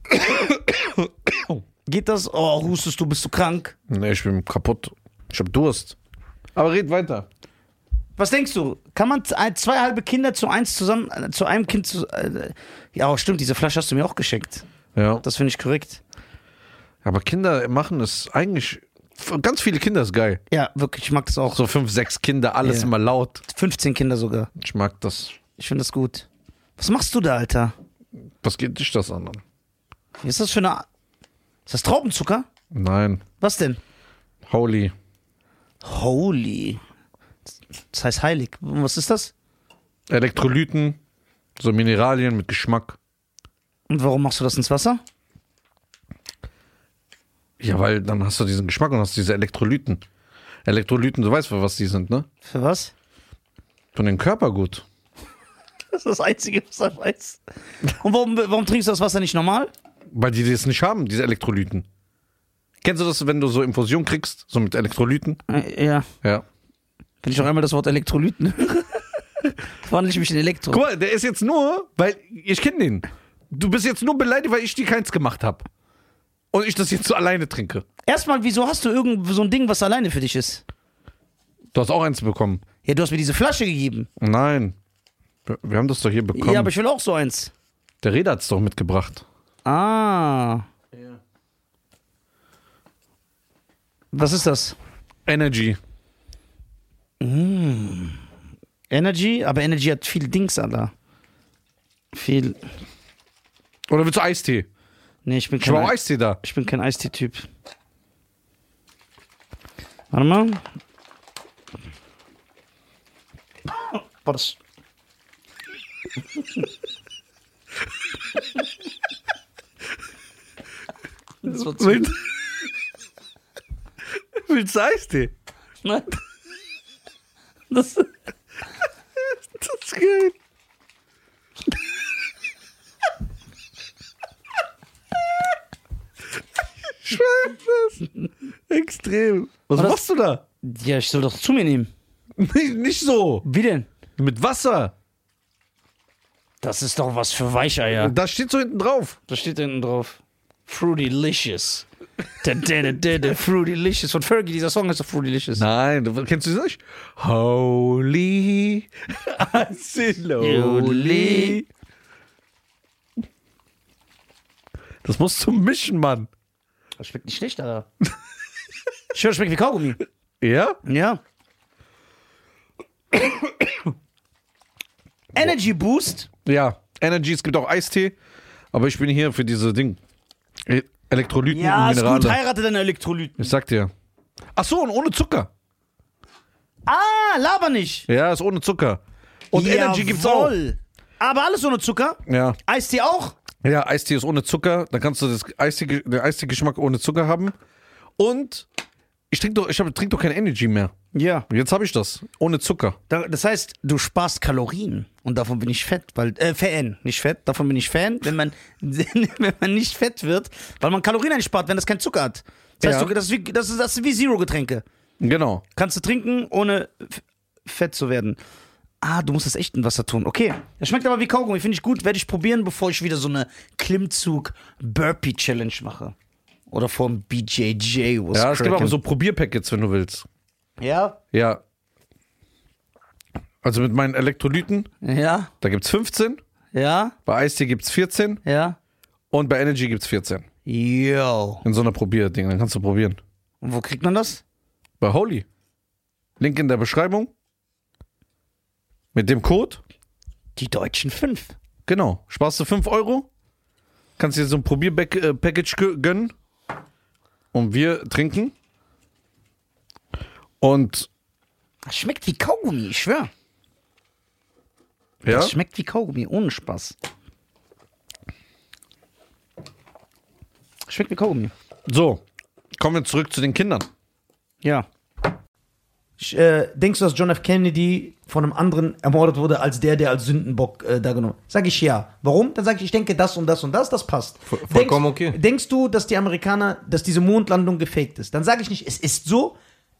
Speaker 5: Geht das? Oh, hustest du, bist du krank?
Speaker 1: Nee, ich bin kaputt. Ich hab Durst. Aber red weiter.
Speaker 5: Was denkst du? Kann man z- ein- zwei halbe Kinder zu eins zusammen, äh, zu einem Kind zu. Äh, ja, stimmt, diese Flasche hast du mir auch geschenkt.
Speaker 1: Ja.
Speaker 5: Das finde ich korrekt.
Speaker 1: Aber Kinder machen es eigentlich. Ganz viele Kinder ist geil.
Speaker 5: Ja, wirklich, ich mag das auch.
Speaker 1: So fünf, sechs Kinder, alles
Speaker 5: Ja.
Speaker 1: immer laut.
Speaker 5: 15 Kinder sogar.
Speaker 1: Ich mag das.
Speaker 5: Ich finde das gut. Was machst du da, Alter?
Speaker 1: Was geht dich das an?
Speaker 5: Was ist das für eine. Ist das Traubenzucker?
Speaker 1: Nein.
Speaker 5: Was denn?
Speaker 1: Holy.
Speaker 5: Holy. Das heißt heilig. Und Was ist das?
Speaker 1: Elektrolyten, so Mineralien mit Geschmack.
Speaker 5: Und warum machst du das ins Wasser?
Speaker 1: Ja, weil dann hast du diesen Geschmack und hast diese Elektrolyten. Elektrolyten, du weißt, für was die sind, ne?
Speaker 5: Für was?
Speaker 1: Von den Körper gut.
Speaker 5: Das ist das Einzige, was er weiß. Und warum, warum trinkst du das Wasser nicht normal?
Speaker 1: Weil die das nicht haben, diese Elektrolyten. Kennst du das, wenn du so Infusion kriegst, so mit Elektrolyten?
Speaker 5: Äh, Ja.
Speaker 1: Ja.
Speaker 5: Wenn ich noch einmal das Wort Elektrolyten höre, wandle ich mich in Elektro.
Speaker 1: Guck mal, der ist jetzt nur, weil ich kenne den. Du bist jetzt nur beleidigt, weil ich dir keins gemacht habe. Und ich das jetzt so alleine trinke.
Speaker 5: Erstmal, wieso hast du irgend so ein Ding, was alleine für dich ist?
Speaker 1: Du hast auch eins bekommen.
Speaker 5: Ja, du hast mir diese Flasche gegeben.
Speaker 1: Nein. Wir- Wir haben das doch hier bekommen.
Speaker 5: Ja, aber ich will auch so eins.
Speaker 1: der Reda hat es doch mitgebracht.
Speaker 5: Ah. Was ist das?
Speaker 1: Energy.
Speaker 5: Energy? Aber Energy hat viel Dings, Alter. Viel.
Speaker 1: Oder willst du Eistee?
Speaker 5: Nee, ich bin
Speaker 1: Ich
Speaker 5: kein,
Speaker 1: war auch
Speaker 5: Ei-
Speaker 1: Eistee da.
Speaker 5: ich bin kein Eistee-Typ. Warte mal. Boah, das. das war zu
Speaker 1: Willst, willst du Eistee?
Speaker 5: Nein. Das,
Speaker 1: Das ist geil. Ich weiß das. Extrem. Was
Speaker 5: das-
Speaker 1: machst du da?
Speaker 5: ja, ich soll doch zu mir nehmen.
Speaker 1: Nicht, nicht so.
Speaker 5: Wie denn?
Speaker 1: Mit Wasser.
Speaker 5: Das ist doch was für Weicheier.
Speaker 1: Da steht so hinten drauf.
Speaker 5: Da steht hinten drauf. Fruitylicious. Da, da, da, da, da, Fruitylicious. Von Fergie, dieser Song heißt doch Fruitylicious.
Speaker 1: Nein, du- kennst du das nicht? Holy Asiloli. Das musst du mischen, Mann.
Speaker 5: Das schmeckt nicht schlecht, Alter. Ich höre, schmeckt wie Kaugummi.
Speaker 1: Ja?
Speaker 5: Ja. Energy Boost.
Speaker 1: Ja. Energy, es gibt auch Eistee. Aber ich bin hier für diese Ding. E- Elektrolyten und
Speaker 5: Ja, ist
Speaker 1: Minerale.
Speaker 5: gut. Heirate deine Elektrolyten.
Speaker 1: ich sag dir, Ach so, und ohne Zucker.
Speaker 5: Ah, laber nicht.
Speaker 1: Ja, ist ohne Zucker. Und Energy gibt's auch.
Speaker 5: Jawohl. Aber alles ohne Zucker?
Speaker 1: Ja.
Speaker 5: Eistee auch?
Speaker 1: Ja, Eistee ist ohne Zucker. Dann kannst du das Eistee, den Eistee-Geschmack ohne Zucker haben. Und ich trinke doch, ich hab- trink doch kein Energy mehr.
Speaker 5: Ja.
Speaker 1: Jetzt habe ich das. Ohne Zucker.
Speaker 5: Da- Das heißt, du sparst Kalorien und davon bin ich fett, weil äh, Fan, nicht fett, davon bin ich Fan, wenn man wenn man nicht fett wird, weil man Kalorien einspart, wenn das kein Zucker hat. Das heißt,
Speaker 1: Ja.
Speaker 5: du, das, ist wie, das, ist, das ist wie Zero Getränke.
Speaker 1: Genau.
Speaker 5: Kannst du trinken, ohne f- fett zu werden. Ah, du musst das echt in Wasser tun. Okay. Das schmeckt aber wie Kaugummi. Finde ich gut. Werde ich probieren, bevor ich wieder so eine Klimmzug-Burpee-Challenge mache. Oder vom BJJ. was
Speaker 1: Ja, es gibt
Speaker 5: cracken.
Speaker 1: aber so Probierpackets, wenn du willst.
Speaker 5: Ja?
Speaker 1: Ja. Also mit meinen Elektrolyten,
Speaker 5: Ja?
Speaker 1: da gibt's 15.
Speaker 5: Ja?
Speaker 1: Bei Eistee gibt's 14.
Speaker 5: Ja?
Speaker 1: Und bei Energy gibt's 14.
Speaker 5: Yo.
Speaker 1: In so einer Probierding. Dann kannst du probieren.
Speaker 5: Und wo kriegt man das?
Speaker 1: Bei Holy. Link in der Beschreibung. Mit dem Code.
Speaker 5: Die deutschen fünf.
Speaker 1: Genau. Sparst du 5 Euro. Kannst dir so ein Probierpackage gönnen. Und wir trinken. Und
Speaker 5: Das schmeckt wie Kaugummi, ich schwör.
Speaker 1: ja,
Speaker 5: Das schmeckt wie Kaugummi, ohne Spaß. Schmeckt wie Kaugummi.
Speaker 1: so. Kommen wir zurück zu den Kindern.
Speaker 5: Ja.
Speaker 3: Ich, äh, denkst du, dass John F. Kennedy von einem anderen ermordet wurde, als der, der als Sündenbock äh, da genommen Sag ich ja. Warum? Dann sage ich, ich denke das und das und das, das passt.
Speaker 2: vollkommen
Speaker 3: denkst,
Speaker 2: okay.
Speaker 3: Denkst du, dass die Amerikaner, dass diese Mondlandung gefaked ist? Dann sage ich nicht, es ist so.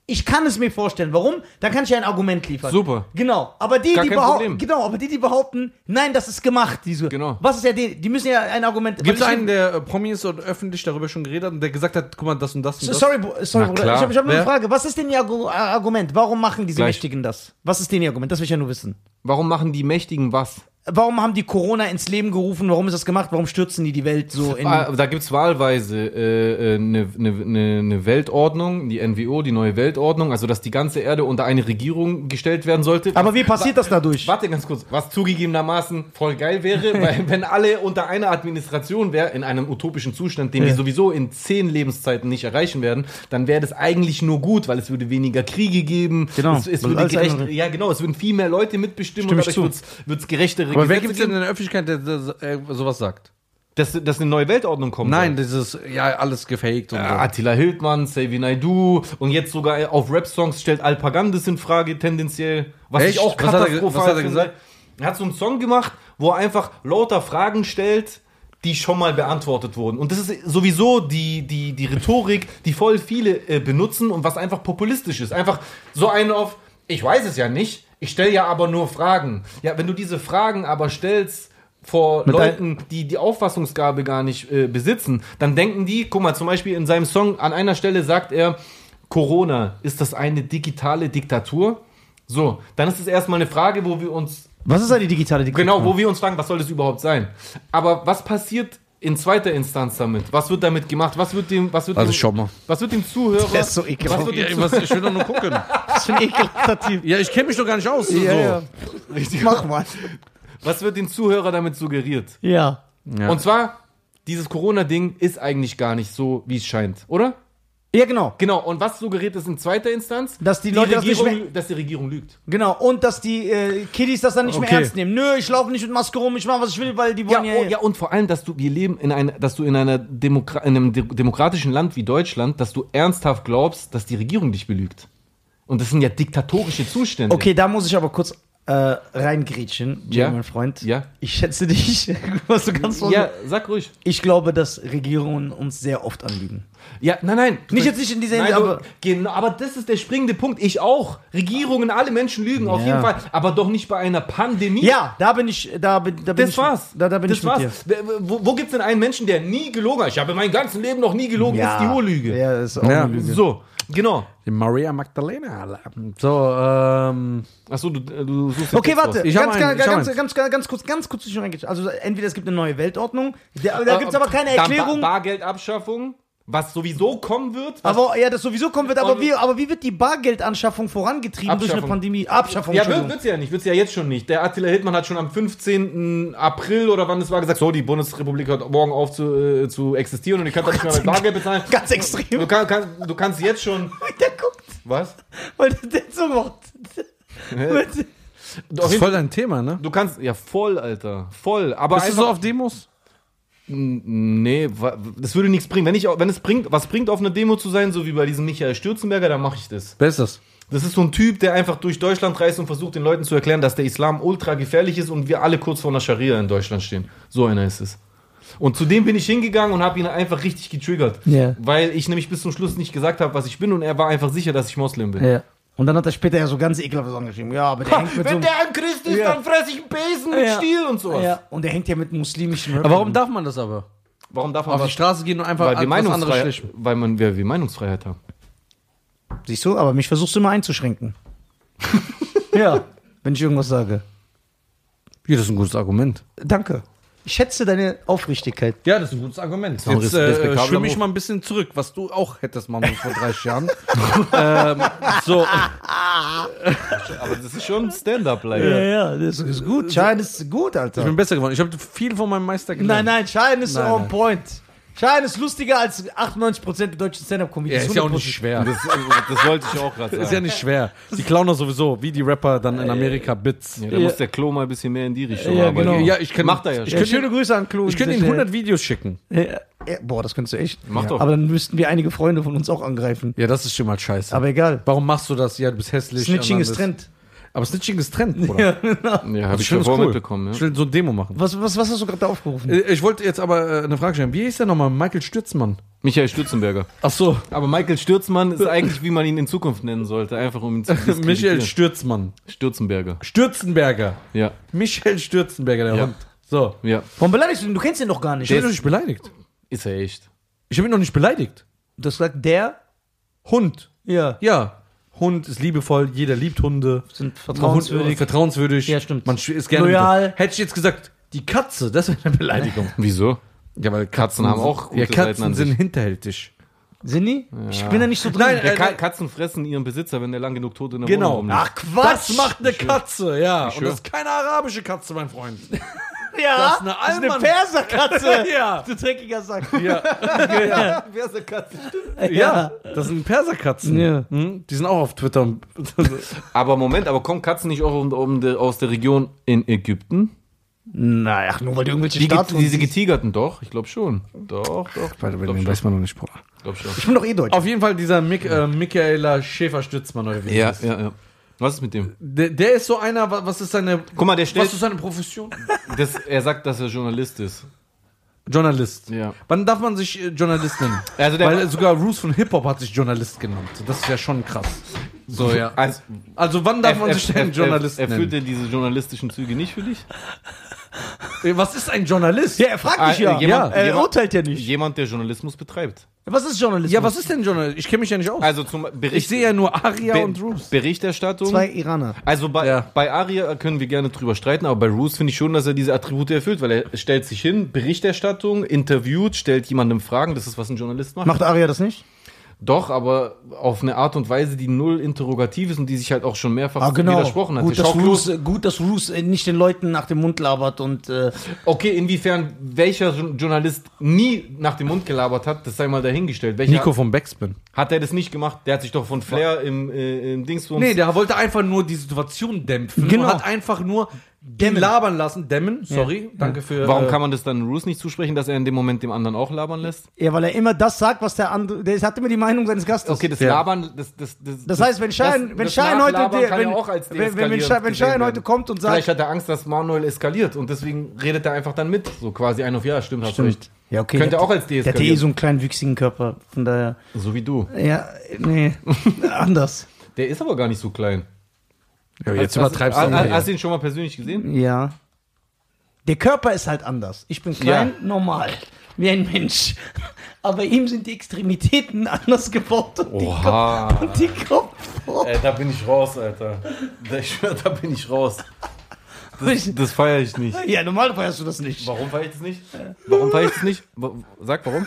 Speaker 3: Ich kann es mir vorstellen. Warum? Dann kann ich ja ein Argument liefern.
Speaker 2: Super.
Speaker 3: Genau. Aber die,
Speaker 2: Gar
Speaker 3: die
Speaker 2: kein
Speaker 3: behaupten,
Speaker 2: Problem.
Speaker 3: genau, aber die, die behaupten, nein, das ist gemacht. Diese,
Speaker 2: Genau.
Speaker 3: Was ist ja die, die müssen ja ein Argument.
Speaker 6: Gibt es
Speaker 3: Weil ich-
Speaker 6: einen, der äh, Promis und öffentlich darüber schon geredet hat und der gesagt hat, guck mal, das und das und das?
Speaker 3: Sorry, Bro- sorry
Speaker 2: Na
Speaker 3: Bruder.
Speaker 2: klar.
Speaker 3: Ich habe ich hab nur eine
Speaker 6: Wer?
Speaker 3: Frage. Was ist denn Ihr Argu- Argument? Warum machen diese
Speaker 2: Gleich.
Speaker 3: Mächtigen das? Was ist denn Ihr Argument? Das will ich ja nur wissen.
Speaker 2: Warum machen die Mächtigen was?
Speaker 3: Warum haben die Corona ins Leben gerufen? Warum ist das gemacht? Warum stürzen die die Welt so in.
Speaker 2: Ah, da gibt es wahlweise äh, äh, eine eine- eine- eine ne Weltordnung, die NWO, die neue Weltordnung, also dass die ganze Erde unter eine Regierung gestellt werden sollte.
Speaker 3: Aber wie passiert das dadurch?
Speaker 2: Warte ganz kurz, was zugegebenermaßen voll geil wäre, weil wenn alle unter einer Administration wären, in einem utopischen Zustand, den wir sowieso in zehn Lebenszeiten nicht erreichen werden, dann wäre das eigentlich nur gut, weil es würde weniger Kriege geben.
Speaker 5: Genau.
Speaker 2: Es, es
Speaker 5: Also
Speaker 2: würde
Speaker 5: alles
Speaker 2: gerecht,
Speaker 5: andere.
Speaker 2: ja, genau, es würden viel mehr Leute mitbestimmen
Speaker 6: Stimme ich zu.
Speaker 2: und dadurch wird es gerechtere
Speaker 6: Aber
Speaker 2: Gesetze
Speaker 6: wer gibt es denn in der Öffentlichkeit, der, der, der äh, sowas sagt?
Speaker 2: dass, dass eine neue Weltordnung kommt.
Speaker 6: Nein, dieses, ja, alles gefaked und
Speaker 2: Ja, Attila Hildmann, Savvy Naidu und jetzt sogar auf Rap-Songs stellt Alpagandes in Frage tendenziell. Was
Speaker 6: Echt?
Speaker 2: ich auch
Speaker 6: Was hat er ge-
Speaker 2: katastrophal
Speaker 6: was hat er
Speaker 2: finde.
Speaker 6: gesagt?
Speaker 2: Er hat so einen Song gemacht, wo er einfach lauter Fragen stellt, die schon mal beantwortet wurden. Und das ist sowieso die, die, die Rhetorik, die voll viele äh, benutzen und was einfach populistisch ist. Einfach so eine auf, ich weiß es ja nicht, ich stelle ja aber nur Fragen. Ja, wenn du diese Fragen aber stellst vor Leuten, die die Auffassungsgabe gar nicht äh, besitzen, dann denken die, guck mal, zum Beispiel in seinem Song, an einer Stelle sagt er, Corona, ist das eine digitale Diktatur? So, dann ist es erstmal eine Frage, wo wir uns
Speaker 3: Was ist da die digitale Diktatur?
Speaker 2: Genau, wo wir uns fragen, was soll das überhaupt sein? Aber was passiert in zweiter Instanz damit? Was wird damit gemacht? Was wird dem, was wird
Speaker 6: Also
Speaker 2: dem,
Speaker 6: schau mal.
Speaker 2: was wird dem Zuhörer?
Speaker 3: Der ist so ekelhaft.
Speaker 2: Was wird dem
Speaker 6: Ja, was, ich will doch nur gucken.
Speaker 3: Das ist ein ekelhafter Typ.
Speaker 6: Ja, ich kenne mich doch gar nicht aus. so.
Speaker 3: Mach mal.
Speaker 2: was wird dem Zuhörer damit suggeriert?
Speaker 3: Ja.
Speaker 6: Ja.
Speaker 2: Und zwar, dieses Corona-Ding ist eigentlich gar nicht so, wie es scheint, oder?
Speaker 3: Ja, genau.
Speaker 2: Genau, und was suggeriert es in zweiter Instanz?
Speaker 3: Dass die Leute das nicht
Speaker 2: Regierung,
Speaker 3: mehr-
Speaker 2: dass die Regierung lügt.
Speaker 3: Genau. Und dass die äh, Kiddies das dann nicht mehr
Speaker 6: Okay.
Speaker 3: ernst nehmen. Nö, ich laufe nicht mit Maske rum, ich mache was ich will, weil die
Speaker 2: Ja,
Speaker 3: wollen ja.
Speaker 2: oh, ja, und vor allem, dass du, wir leben in, einer, dass du in, einer Demokra in einem de demokratischen Land wie Deutschland, dass du ernsthaft glaubst, dass die Regierung dich belügt. Und das sind ja diktatorische Zustände.
Speaker 3: Okay, da muss ich aber kurz äh, reingrätschen, Jay,
Speaker 2: Ja.
Speaker 3: mein Freund.
Speaker 2: Ja.
Speaker 3: Ich schätze dich, was du ganz
Speaker 2: Ja, sag ruhig.
Speaker 3: Ich glaube, dass Regierungen uns sehr oft anlügen.
Speaker 2: Ja, nein, nein. Du
Speaker 3: Nicht
Speaker 2: sagst-
Speaker 3: jetzt nicht in dieser
Speaker 2: nein,
Speaker 3: Hinsicht,
Speaker 2: aber.
Speaker 3: aber-
Speaker 2: Genau, aber das ist der springende Punkt. Ich auch. Regierungen, alle Menschen lügen, auf
Speaker 3: Ja.
Speaker 2: jeden Fall. Aber doch nicht bei einer Pandemie.
Speaker 3: Ja, da bin ich, da bin, da bin
Speaker 2: Das
Speaker 3: ich,
Speaker 2: war's.
Speaker 3: Da, da bin
Speaker 2: das
Speaker 3: ich mit dir.
Speaker 2: war's. Wer- Wo, wo gibt's denn einen Menschen, der nie gelogen hat? Ich habe in meinem ganzen Leben noch nie gelogen. Das ist die Urlüge.
Speaker 3: Ja, das ist auch
Speaker 6: Ja.
Speaker 3: eine Lüge.
Speaker 2: So, genau.
Speaker 6: Die Maria Magdalena. So, ähm.
Speaker 2: Achso, du, äh, du suchst den
Speaker 3: Okay,
Speaker 2: Text raus.
Speaker 3: warte.
Speaker 6: Ich hab
Speaker 3: ganz,
Speaker 6: einen,
Speaker 3: ganz,
Speaker 6: ich hab
Speaker 3: ganz,
Speaker 6: einen.
Speaker 3: ganz, ganz, ganz kurz, ganz kurz zwischen reingehen. Also entweder es gibt eine neue Weltordnung, da, da
Speaker 2: Äh,
Speaker 3: gibt es aber keine
Speaker 2: dann
Speaker 3: Erklärung.
Speaker 2: Ba Bargeldabschaffung, was sowieso kommen wird. Was
Speaker 3: Aber ja, das sowieso kommen wird. Aber
Speaker 2: Und-
Speaker 3: wie, aber wie wird die Bargeldanschaffung vorangetrieben durch eine
Speaker 2: Abschaffung.
Speaker 3: Pandemie? Abschaffung.
Speaker 2: ja, wird,
Speaker 3: Entschuldigung.
Speaker 2: wird's ja nicht, wird's ja jetzt schon nicht. Der Attila Hildmann hat schon am 15. April oder wann es war gesagt, so, die Bundesrepublik hört morgen auf zu, äh, zu existieren und ihr könnt das nicht mehr mit Bargeld bezahlen.
Speaker 3: Ganz
Speaker 2: Du,
Speaker 3: extrem.
Speaker 2: kann, kann, du kannst jetzt schon,
Speaker 3: Der
Speaker 2: Was?
Speaker 3: Weil der so macht.
Speaker 2: Du,
Speaker 6: Das
Speaker 2: auf
Speaker 6: ist
Speaker 2: jeden,
Speaker 6: voll dein Thema, ne?
Speaker 2: du kannst, ja voll, Alter, voll. Aber
Speaker 6: Bist du
Speaker 2: einfach,
Speaker 6: so auf Demos?
Speaker 2: N- Nee, wa- das würde nichts bringen. Wenn, ich, au- wenn es bringt, was bringt, auf einer Demo zu sein, so wie bei diesem Michael Stürzenberger, dann mache ich das.
Speaker 6: Wer ist das?
Speaker 2: Das ist so ein Typ, der einfach durch Deutschland reist und versucht, den Leuten zu erklären, dass der Islam ultra gefährlich ist und wir alle kurz vor einer Scharia in Deutschland stehen. So einer ist es. Und zu dem bin ich hingegangen und habe ihn einfach richtig getriggert.
Speaker 3: Ja.
Speaker 2: Weil ich nämlich bis zum Schluss nicht gesagt habe, was ich bin und er war einfach sicher, dass ich Moslem bin.
Speaker 3: Ja. Und dann hat er später ja so ganz ekelhafte Sachen geschrieben. Ja, aber der hängt mit so einem-
Speaker 2: ein Christ ist,
Speaker 3: Ja.
Speaker 2: fress ich einen Besen
Speaker 3: Ja.
Speaker 2: und sowas.
Speaker 3: ja. Und der hängt ja mit muslimischen
Speaker 6: Aber warum darf man das aber?
Speaker 2: Warum darf man
Speaker 6: Auf die
Speaker 2: was?
Speaker 6: Straße gehen und einfach
Speaker 2: Weil wir,
Speaker 6: was anderes
Speaker 2: Meinungsfreiheit,
Speaker 6: schlichten.
Speaker 2: weil man, wir, wir Meinungsfreiheit haben.
Speaker 3: Siehst du, aber mich versuchst du immer einzuschränken. ja, wenn ich irgendwas sage.
Speaker 6: Ja, das ist ein gutes Argument.
Speaker 3: Danke. Ich schätze deine Aufrichtigkeit.
Speaker 6: Ja, das ist ein gutes Argument.
Speaker 2: ein
Speaker 6: Jetzt äh,
Speaker 2: respektabler
Speaker 6: schwimme ich
Speaker 2: Ruf.
Speaker 6: mal ein bisschen zurück, was du auch hättest machen müssen vor 30 Jahren. ähm, so,
Speaker 2: Aber das ist schon Stand-up, leider.
Speaker 3: ja, das ist gut. Schein ist gut,
Speaker 6: ich
Speaker 3: Alter.
Speaker 6: bin besser geworden. Ich habe viel von meinem Meister gelernt.
Speaker 3: Nein, nein, Schein ist
Speaker 6: Nein,
Speaker 3: on
Speaker 6: nein.
Speaker 3: point. Schein ist lustiger als 98% der deutschen
Speaker 6: Ja,
Speaker 3: Stand-Up-Comedians.
Speaker 6: ist ja auch
Speaker 3: 100%.
Speaker 6: nicht schwer.
Speaker 2: Das, äh, das wollte ich auch gerade
Speaker 6: Ist ja
Speaker 2: sagen.
Speaker 6: nicht schwer. Die klauen doch sowieso, wie die Rapper dann in Amerika Bits.
Speaker 2: Ja, da muss der Klo mal ein bisschen mehr in die Richtung
Speaker 3: Ja,
Speaker 2: arbeiten.
Speaker 3: genau.
Speaker 6: Ja, ich kann-
Speaker 2: Macht er ja
Speaker 6: ich
Speaker 2: schon.
Speaker 3: Ja,
Speaker 6: könnte-
Speaker 3: schöne Grüße an Klo.
Speaker 6: Ich
Speaker 3: an
Speaker 6: könnte ihnen
Speaker 3: dieser
Speaker 6: 100 Videos schicken.
Speaker 3: Stelle. Ja, ja, boah, das könntest du echt.
Speaker 2: Mach
Speaker 3: ja.
Speaker 2: doch.
Speaker 3: Aber dann müssten wir einige Freunde von uns auch angreifen.
Speaker 6: Ja, das ist schon mal scheiße.
Speaker 3: Aber egal.
Speaker 6: Warum machst du das? Ja, du bist hässlich.
Speaker 3: Snitching
Speaker 6: Und dann
Speaker 3: ist
Speaker 6: bist-
Speaker 3: Trend.
Speaker 6: Aber Snitching ist Trend, Bruder.
Speaker 2: Ja, habe ich
Speaker 6: schon
Speaker 2: schon vorher mitbekommen.
Speaker 6: Ich
Speaker 2: Ja.
Speaker 6: will so eine Demo machen.
Speaker 3: Was, was, was hast du gerade da aufgerufen?
Speaker 6: Äh, Ich wollte jetzt aber äh, eine Frage stellen. Wie hieß der nochmal? Michael Stützmann.
Speaker 2: Michael Stürzenberger.
Speaker 6: Ach so,
Speaker 2: Aber Michael Stürzmann ist eigentlich, wie man ihn in Zukunft nennen sollte. Einfach um ihn zu
Speaker 6: Michael
Speaker 2: diskreditieren.
Speaker 6: Stürzmann.
Speaker 2: Stürzenberger.
Speaker 6: Stürzenberger.
Speaker 2: Ja,
Speaker 6: Michael Stürzenberger, der
Speaker 2: Ja.
Speaker 6: Hund. So.
Speaker 2: ja.
Speaker 3: Warum beleidigst du ihn? Du kennst ihn doch gar nicht.
Speaker 6: Ich habe ihn noch nicht beleidigt.
Speaker 2: Ist er echt.
Speaker 6: Ich habe ihn noch nicht beleidigt.
Speaker 3: Das sagt der?
Speaker 6: Hund.
Speaker 3: Ja.
Speaker 6: Ja. Hund ist liebevoll, jeder liebt Hunde.
Speaker 3: Sind
Speaker 6: Man-
Speaker 3: vertrauenswürdig.
Speaker 6: Vertrauenswürdig.
Speaker 3: Ja, stimmt.
Speaker 6: Man ist gerne.
Speaker 3: Loyal.
Speaker 6: Hätte ich jetzt gesagt, die Katze, das wäre eine Beleidigung.
Speaker 2: Wieso?
Speaker 6: Ja, weil
Speaker 2: Katzen haben auch
Speaker 6: Ja,
Speaker 2: gute Seiten
Speaker 6: Katzen
Speaker 2: an sich.
Speaker 6: sind hinterhältig.
Speaker 3: Sinni? Ich bin da nicht so drin.
Speaker 6: Nein,
Speaker 2: Ja,
Speaker 6: äh,
Speaker 2: Ka Katzen fressen ihren Besitzer, wenn der lang genug tot in der
Speaker 6: Genau.
Speaker 2: Wohnung rumliegt.
Speaker 3: Ach Quatsch!
Speaker 6: Das macht eine Katze, ja. Und
Speaker 2: schwör.
Speaker 6: das ist keine arabische Katze, mein Freund.
Speaker 3: ja,
Speaker 6: das ist eine
Speaker 3: das ist eine
Speaker 6: Allmann-
Speaker 3: Perserkatze!
Speaker 6: Ja.
Speaker 3: Du dreckiger Sack.
Speaker 2: Wer ist der Katze?
Speaker 6: Ja, das sind Perserkatzen.
Speaker 3: Ja.
Speaker 6: Hm? Die sind auch auf Twitter. und-
Speaker 2: Aber Moment, aber kommen Katzen nicht auch um, um de, aus der Region in Ägypten?
Speaker 3: Naja, ach, nur weil du irgendwelche
Speaker 2: Die, get-
Speaker 3: Statuen
Speaker 2: diese
Speaker 3: siehst.
Speaker 2: getigerten, doch, ich glaube schon. Doch, doch.
Speaker 6: Warte, bei
Speaker 2: Glaub
Speaker 6: denen
Speaker 2: schon.
Speaker 6: weiß man noch nicht, Bruder.
Speaker 2: Glaub schon.
Speaker 3: Ich bin doch eh deutsch.
Speaker 6: Auf jeden Fall dieser Mik äh, Michaela Schäfer-Stützmann. oder wie der
Speaker 2: Ja,
Speaker 6: ist.
Speaker 2: ja, ja. Was ist mit dem?
Speaker 6: Der, der ist so einer, wa- was ist seine,
Speaker 2: Guck mal, der
Speaker 6: was
Speaker 2: stellt.
Speaker 6: ist seine Profession?
Speaker 2: Das, er sagt, dass er Journalist ist.
Speaker 6: Journalist.
Speaker 2: Ja.
Speaker 6: Wann darf man sich äh, Journalist nennen?
Speaker 2: Also der-
Speaker 6: Weil sogar Roos von Hip-Hop hat sich Journalist genannt. Das ist ja schon krass. So, ja.
Speaker 2: Also,
Speaker 6: Also wann darf man sich denn Journalist
Speaker 2: Erfüllt
Speaker 6: nennen?
Speaker 2: er diese journalistischen Züge nicht für dich?
Speaker 6: Äh, Was ist ein Journalist?
Speaker 3: ja, er fragt dich
Speaker 2: Ah,
Speaker 3: ja.
Speaker 2: jemand-
Speaker 3: ja. Er
Speaker 2: jemand-
Speaker 3: urteilt ja nicht.
Speaker 2: Jemand, der Journalismus betreibt.
Speaker 3: Äh, Was ist Journalismus?
Speaker 6: Ja, was ist denn Journalist? Ich kenne mich ja nicht aus.
Speaker 2: Also zum Bericht,
Speaker 6: ich sehe ja nur Aria
Speaker 2: Be
Speaker 6: und Roos.
Speaker 2: Berichterstattung.
Speaker 3: Zwei Iraner.
Speaker 2: also bei,
Speaker 6: Ja.
Speaker 2: bei Aria können wir gerne drüber streiten, aber bei Roos finde ich schon, dass er diese Attribute erfüllt, weil er stellt sich hin, Berichterstattung, interviewt, stellt jemandem Fragen, das ist, was ein Journalist macht.
Speaker 3: Macht Aria das nicht?
Speaker 2: Doch, aber auf eine Art und Weise, die null interrogativ ist und die sich halt auch schon mehrfach widersprochen hat.
Speaker 3: Ah, genau. Gut,
Speaker 2: Der
Speaker 3: dass
Speaker 2: Schauklus-
Speaker 3: Roos, äh, gut, dass Roos äh, nicht den Leuten nach dem Mund labert und äh,
Speaker 2: Okay, inwiefern welcher Jo- Journalist nie nach dem Mund gelabert hat, das sei mal dahingestellt. Welcher
Speaker 6: Nico von Backspin.
Speaker 2: hat er das nicht gemacht? Der hat sich doch von Flair im, äh, im Dings
Speaker 6: Nee, der wollte einfach nur die Situation dämpfen.
Speaker 3: Genau.
Speaker 6: Und hat einfach nur dämmen. labern lassen. Dämmen, sorry. Danke für.
Speaker 2: Warum
Speaker 6: äh,
Speaker 2: kann man das dann Roos nicht zusprechen, dass er in dem Moment dem anderen auch labern lässt?
Speaker 3: ja, weil er immer das sagt, was der andere. Der hat immer die Meinung seines Gastes.
Speaker 2: Okay, das
Speaker 6: Ja.
Speaker 2: Labern, das, das, das,
Speaker 3: Das heißt, wenn Schein,
Speaker 2: das-
Speaker 3: wenn
Speaker 2: das
Speaker 3: Schein heute,
Speaker 2: Nachlabern
Speaker 3: dir-
Speaker 2: kann
Speaker 3: wenn,
Speaker 2: ja auch als
Speaker 3: wenn, wenn, wenn,
Speaker 2: deeskalierend
Speaker 3: Schein, wenn
Speaker 2: gesehen
Speaker 3: Schein heute
Speaker 2: werden.
Speaker 3: kommt und sagt,
Speaker 2: Vielleicht hat er Angst, dass Manuel eskaliert und deswegen redet er einfach dann mit. So quasi ein auf Ja, stimmt, hast du recht.
Speaker 3: Ja, okay.
Speaker 2: Könnte
Speaker 3: der-
Speaker 2: auch als
Speaker 3: Der hat eh
Speaker 2: deeskalieren.
Speaker 3: so einen kleinen wüchsigen Körper, von daher.
Speaker 2: so wie du.
Speaker 3: Ja, nee, anders.
Speaker 2: Der ist aber gar nicht so klein.
Speaker 6: Ja, jetzt übertreibst du.
Speaker 2: hast, hast,
Speaker 6: mal
Speaker 2: hast
Speaker 6: hier.
Speaker 2: du ihn schon mal persönlich gesehen?
Speaker 3: Ja. Der Körper ist halt anders. Ich bin klein,
Speaker 2: Ja.
Speaker 3: normal, wie ein Mensch. Aber ihm sind die Extremitäten anders gebaut und die
Speaker 2: Oha. Äh.
Speaker 3: Kopf- und die Kopfform.
Speaker 2: Ey, da bin ich raus, Alter. Da, ich schwör, da bin ich raus. Das, das feiere ich nicht.
Speaker 3: Ja, normal feierst du das nicht.
Speaker 2: Warum feiere ich das nicht? Warum feiere ich das nicht? Wa- Sag warum.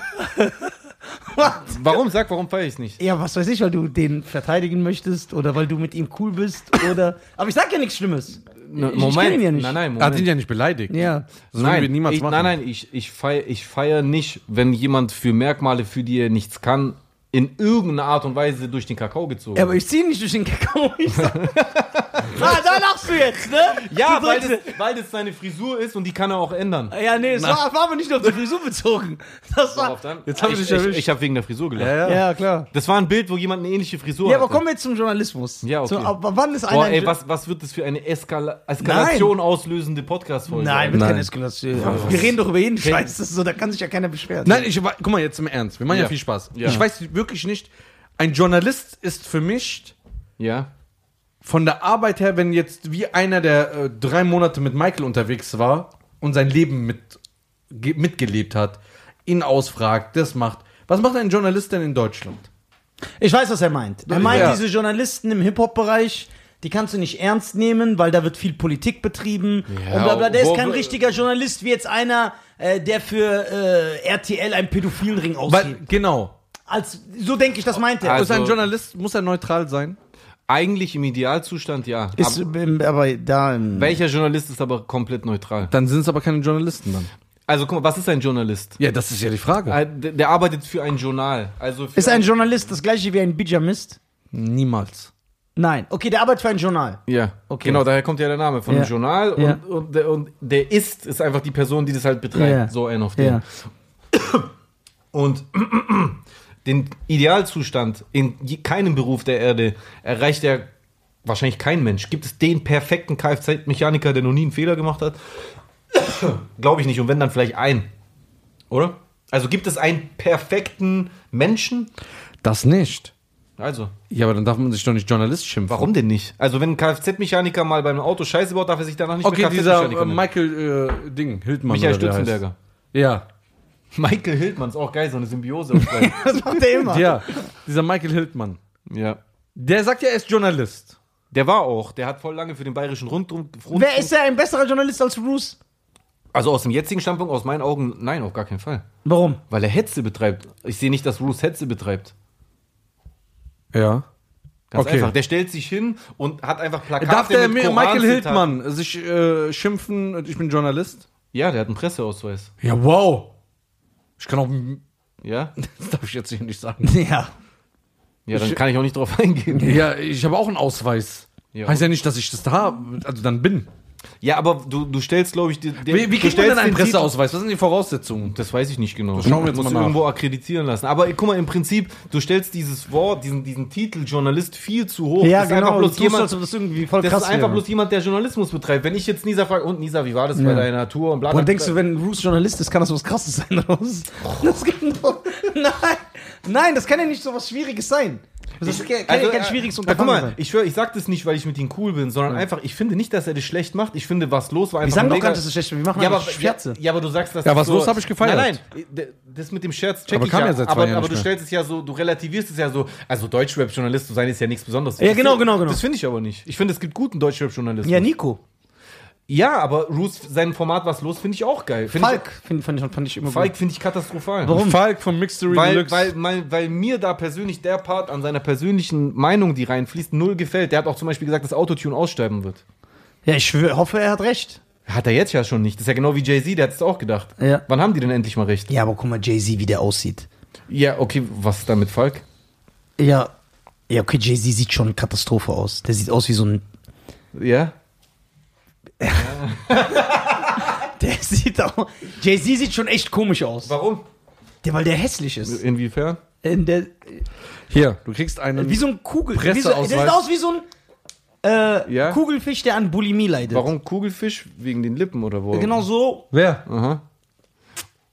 Speaker 3: Was?
Speaker 2: Warum? Sag, warum feiere ich es nicht?
Speaker 3: Ja, was weiß ich, weil du den verteidigen möchtest oder weil du mit ihm cool bist oder. Aber ich sag ja nichts Schlimmes. Ich- ich kenn ihn ja nicht.
Speaker 2: Nein, nein,
Speaker 6: Hat ihn
Speaker 2: Moment.
Speaker 6: Ah, ja nicht beleidigt.
Speaker 3: Ja.
Speaker 6: Das würden
Speaker 2: nein,
Speaker 6: wir niemals
Speaker 2: ich,
Speaker 6: machen.
Speaker 2: nein, nein, ich, ich feiere ich feier nicht, wenn jemand für Merkmale, für die er nichts kann, in irgendeiner Art und Weise durch den Kakao gezogen.
Speaker 3: Ja, aber ich ziehe nicht durch den Kakao. Ich sag, ah, da lachst du jetzt, ne?
Speaker 2: ja
Speaker 3: Du
Speaker 2: weil,
Speaker 3: sollst-
Speaker 2: das, weil das seine Frisur ist und die kann er auch ändern.
Speaker 3: Ja, nee, es war, war aber nicht auf die Frisur bezogen. Das war.
Speaker 2: Darauf dann-
Speaker 6: Jetzt hab ich
Speaker 2: ich, ich,
Speaker 6: dich erwischt.
Speaker 2: ich habe wegen der Frisur gelacht.
Speaker 3: Ja, klar.
Speaker 2: Das war ein Bild, wo jemand eine ähnliche Frisur
Speaker 3: Ja,
Speaker 2: hatte.
Speaker 3: aber kommen wir jetzt zum Journalismus.
Speaker 2: Ja, okay.
Speaker 3: Zum, aber wann ist einer.
Speaker 2: Boah, ey, was, was wird das für eine Eskala Eskalation auslösende Podcast-Folge?
Speaker 3: Nein, wird
Speaker 6: Nein.
Speaker 3: keine Eskalation. Wir reden doch über jeden Scheiß. Das ist so, da kann sich ja keiner beschweren.
Speaker 6: Nein, ich wa- guck mal jetzt im Ernst. Wir machen ja,
Speaker 2: Ja.
Speaker 6: viel Spaß.
Speaker 2: Ja.
Speaker 6: Ich weiß wirklich nicht. Ein Journalist ist für mich
Speaker 2: Ja.
Speaker 6: von der Arbeit her, wenn jetzt wie einer, der äh, drei Monate mit Michael unterwegs war und sein Leben mit, ge, mitgelebt hat, ihn ausfragt, das macht. Was macht ein Journalist denn in Deutschland?
Speaker 3: Ich weiß, was er meint. Er meint
Speaker 6: Ja.
Speaker 3: diese Journalisten im Hip-Hop-Bereich, die kannst du nicht ernst nehmen, weil da wird viel Politik betrieben und bla bla. Der
Speaker 2: wo-
Speaker 3: ist kein richtiger Journalist wie jetzt einer, äh, der für äh, RTL einen pädophilen Ring
Speaker 6: Weil,
Speaker 3: ausgibt.
Speaker 6: genau.
Speaker 3: Als, so denke ich, das meint er.
Speaker 2: Also-
Speaker 6: ist ein Journalist, muss er neutral sein?
Speaker 2: Eigentlich im Idealzustand ja.
Speaker 3: Ist,
Speaker 2: aber
Speaker 3: ähm, aber da. ähm,
Speaker 2: welcher Journalist ist aber komplett neutral?
Speaker 6: Dann sind es aber keine Journalisten dann.
Speaker 2: Also guck mal, was ist ein Journalist?
Speaker 6: Ja, das ist ja die Frage.
Speaker 2: Äh, Der der arbeitet für ein Journal. Also für
Speaker 3: Ist ein Journalist das gleiche wie ein Bijamist?
Speaker 6: Niemals.
Speaker 3: Nein. Okay, der arbeitet für ein Journal.
Speaker 2: Ja, okay. Genau, daher kommt ja der Name von
Speaker 3: Ja.
Speaker 2: dem Journal und,
Speaker 3: Ja.
Speaker 2: und, der, und der ist, ist einfach die Person, die das halt betreibt.
Speaker 3: Ja.
Speaker 2: So ein auf den. Und den Idealzustand in je- keinem Beruf der Erde erreicht ja wahrscheinlich kein Mensch. Gibt es den perfekten Kfz-Mechaniker, der noch nie einen Fehler gemacht hat? Glaube ich nicht. Und wenn, dann vielleicht einen. Oder? Also gibt es einen perfekten Menschen?
Speaker 6: Das nicht.
Speaker 2: Also,
Speaker 6: Ja, aber dann darf man sich doch nicht Journalist schimpfen.
Speaker 2: warum denn nicht? Also, wenn ein Kfz-Mechaniker mal beim Auto Scheiße baut, darf er sich danach nicht
Speaker 6: Okay, dieser äh,
Speaker 2: nennen.
Speaker 6: Michael äh, Ding, Hildmann.
Speaker 2: Michael
Speaker 6: oder wie er heißt.
Speaker 2: Stützenberger.
Speaker 6: Ja,
Speaker 2: Michael Hildmann ist auch geil, so eine Symbiose. aus beiden.
Speaker 3: Das macht er immer.
Speaker 6: ja. Dieser Michael Hildmann.
Speaker 2: ja.
Speaker 6: Der sagt ja, er ist Journalist.
Speaker 2: Der war auch, der hat voll lange für den bayerischen Rundfunk. Rundfunk
Speaker 3: Wer ist er ein besserer Journalist als Bruce?
Speaker 2: also aus dem jetzigen Standpunkt, aus meinen Augen, nein, auf gar keinen Fall.
Speaker 3: Warum?
Speaker 2: Weil er Hetze betreibt. Ich sehe nicht, dass Bruce Hetze betreibt.
Speaker 6: Ja.
Speaker 2: Ganz
Speaker 6: Okay.
Speaker 2: einfach. Der stellt sich hin und hat einfach Plakate
Speaker 6: Darf der
Speaker 2: mit
Speaker 6: Mi- Michael
Speaker 2: Koranzitaten.
Speaker 6: Hildmann sich äh, schimpfen, ich bin Journalist?
Speaker 2: Ja, der hat einen Presseausweis.
Speaker 6: Ja, wow. Ich kann auch. Das
Speaker 2: Ja?
Speaker 6: darf ich jetzt hier nicht sagen.
Speaker 3: Ja.
Speaker 2: Ja, dann kann ich auch nicht drauf eingehen.
Speaker 6: Ja, ich habe auch einen Ausweis.
Speaker 2: Ja.
Speaker 6: Heißt ja nicht, dass ich das da habe, also dann bin.
Speaker 2: Ja, aber du, du stellst, glaube ich, den,
Speaker 6: Wie, wie
Speaker 2: du
Speaker 6: kriegt man
Speaker 2: stellst
Speaker 6: denn einen
Speaker 2: den Titel-
Speaker 6: Presseausweis? Was sind die Voraussetzungen?
Speaker 2: Das weiß ich nicht genau.
Speaker 6: schauen wir jetzt
Speaker 2: Musst
Speaker 6: mal
Speaker 2: du
Speaker 6: nach.
Speaker 2: irgendwo akkreditieren lassen. Aber äh, guck mal, im Prinzip, du stellst dieses Wort, diesen, diesen Titel Journalist viel zu hoch.
Speaker 3: Ja,
Speaker 2: Oh, Das ist
Speaker 3: genau.
Speaker 2: Einfach
Speaker 3: Du
Speaker 2: bloß
Speaker 3: tust,
Speaker 2: jemand,
Speaker 3: als ob das irgendwie voll
Speaker 2: das
Speaker 3: krass
Speaker 2: ist einfach
Speaker 3: wäre.
Speaker 2: bloß jemand, der Journalismus betreibt. Wenn ich jetzt Nisa frage, und Nisa, wie war das bei deiner Tour und bla bla
Speaker 3: Und denkst
Speaker 2: bla.
Speaker 3: du, wenn Bruce Journalist ist, kann das was Krasses sein oder was? Das kann doch, nein, nein, das kann ja nicht so was Schwieriges sein. Das kann kann ja kein schwieriges
Speaker 2: also, äh, guck
Speaker 3: Unterfangen
Speaker 2: mal,
Speaker 3: sein.
Speaker 2: ich schwör, ich sag das nicht, weil ich mit ihm cool bin, sondern einfach, ich finde nicht, dass er das schlecht macht. Ich finde, was los war einfach.
Speaker 3: Wir sagen doch
Speaker 2: mega-
Speaker 3: gar nicht, dass es schlecht ist. Wir machen
Speaker 2: ja, aber,
Speaker 3: einfach Scherze.
Speaker 2: Ja, ja, aber du sagst das.
Speaker 6: Ja,
Speaker 2: nicht
Speaker 6: was los hab ich gefeiert.
Speaker 2: Nein, nein, d- das mit dem Scherz check
Speaker 6: Aber
Speaker 2: ich
Speaker 6: kam
Speaker 2: ja.
Speaker 6: ja seit zwei
Speaker 2: aber
Speaker 6: Jahren
Speaker 2: aber
Speaker 6: nicht
Speaker 2: du
Speaker 6: mehr.
Speaker 2: stellst es ja so, du relativierst es ja so. Also Deutschrap-Journalist zu sein ist ja nichts Besonderes.
Speaker 3: Ja,
Speaker 2: Das
Speaker 3: genau,
Speaker 2: find-
Speaker 3: genau, genau.
Speaker 2: Das finde ich aber nicht. Ich finde, es gibt guten Deutschrap-Journalismus.
Speaker 3: Ja, Nico.
Speaker 2: ja, aber Roos, sein Format Was los finde ich auch geil. Find
Speaker 3: Falk find, fand, ich, fand ich immer
Speaker 2: Ich, Falk finde ich katastrophal.
Speaker 3: Warum?
Speaker 6: Falk vom Mixery
Speaker 2: Weil,
Speaker 6: Deluxe.
Speaker 2: weil, weil, weil mir da persönlich der Part an seiner persönlichen Meinung, die reinfließt, null gefällt. Der hat auch zum Beispiel gesagt, dass Autotune aussterben wird.
Speaker 3: gut. Ja, ich schwör, hoffe, er hat recht.
Speaker 2: Hat er jetzt ja schon nicht. Das ist ja genau wie Jay-Z, der hat es auch gedacht.
Speaker 3: Ja.
Speaker 2: Wann haben die denn endlich mal recht?
Speaker 3: Ja, aber guck mal, Jay-Z, wie der aussieht.
Speaker 2: Ja, okay, was ist da mit Falk?
Speaker 3: Ja. Ja, okay, Jay-Z sieht schon Katastrophe aus. Der sieht aus wie so ein.
Speaker 2: Ja?
Speaker 3: Der sieht auch. Jay-Z sieht schon echt komisch aus.
Speaker 2: Warum?
Speaker 3: Der, weil der hässlich ist.
Speaker 2: Inwiefern?
Speaker 3: Äh, In der,
Speaker 6: Hier, du kriegst einen.
Speaker 2: Äh,
Speaker 3: Wie so ein Kugel. Wie so, das
Speaker 6: Presseausweis.
Speaker 3: sieht aus wie so ein äh,
Speaker 2: Ja?
Speaker 3: Kugelfisch, der an Bulimie leidet.
Speaker 2: Warum Kugelfisch? Wegen den Lippen oder wo?
Speaker 3: Genau so.
Speaker 6: Wer?
Speaker 2: Aha.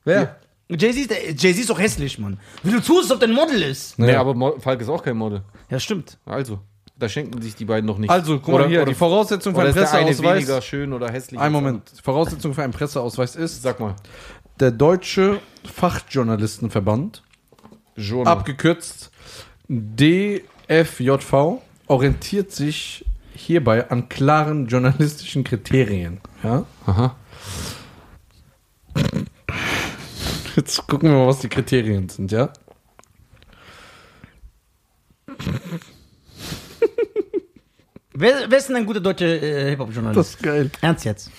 Speaker 6: Wer?
Speaker 3: Jay-Z ist, der- Jay-Z ist doch hässlich, Mann. Wie du tust, als ob der ein Model ist.
Speaker 2: Nee,
Speaker 6: Ja.
Speaker 2: aber Mo- Falk ist auch kein Model.
Speaker 3: Ja, stimmt.
Speaker 2: Also, da schenken sich die beiden noch nichts.
Speaker 6: Also, guck mal
Speaker 2: Oder-
Speaker 6: hier,
Speaker 2: oder,
Speaker 6: die Voraussetzung für
Speaker 2: oder
Speaker 6: einen
Speaker 2: ist der eine weniger
Speaker 6: Presseausweis.
Speaker 2: schön oder hässlich?
Speaker 6: Ein Moment. Die Voraussetzung für einen Presseausweis ist,
Speaker 2: Sag mal.
Speaker 6: der Deutsche Fachjournalistenverband,
Speaker 2: Journal.
Speaker 6: abgekürzt DFJV, orientiert sich hierbei an klaren journalistischen Kriterien. Ja?
Speaker 2: Aha.
Speaker 6: Jetzt gucken wir mal, was die Kriterien sind, ja?
Speaker 3: Wer, wer ist denn ein guter deutscher äh, Hip-Hop-Journalist?
Speaker 6: ist geil.
Speaker 3: Ernst jetzt.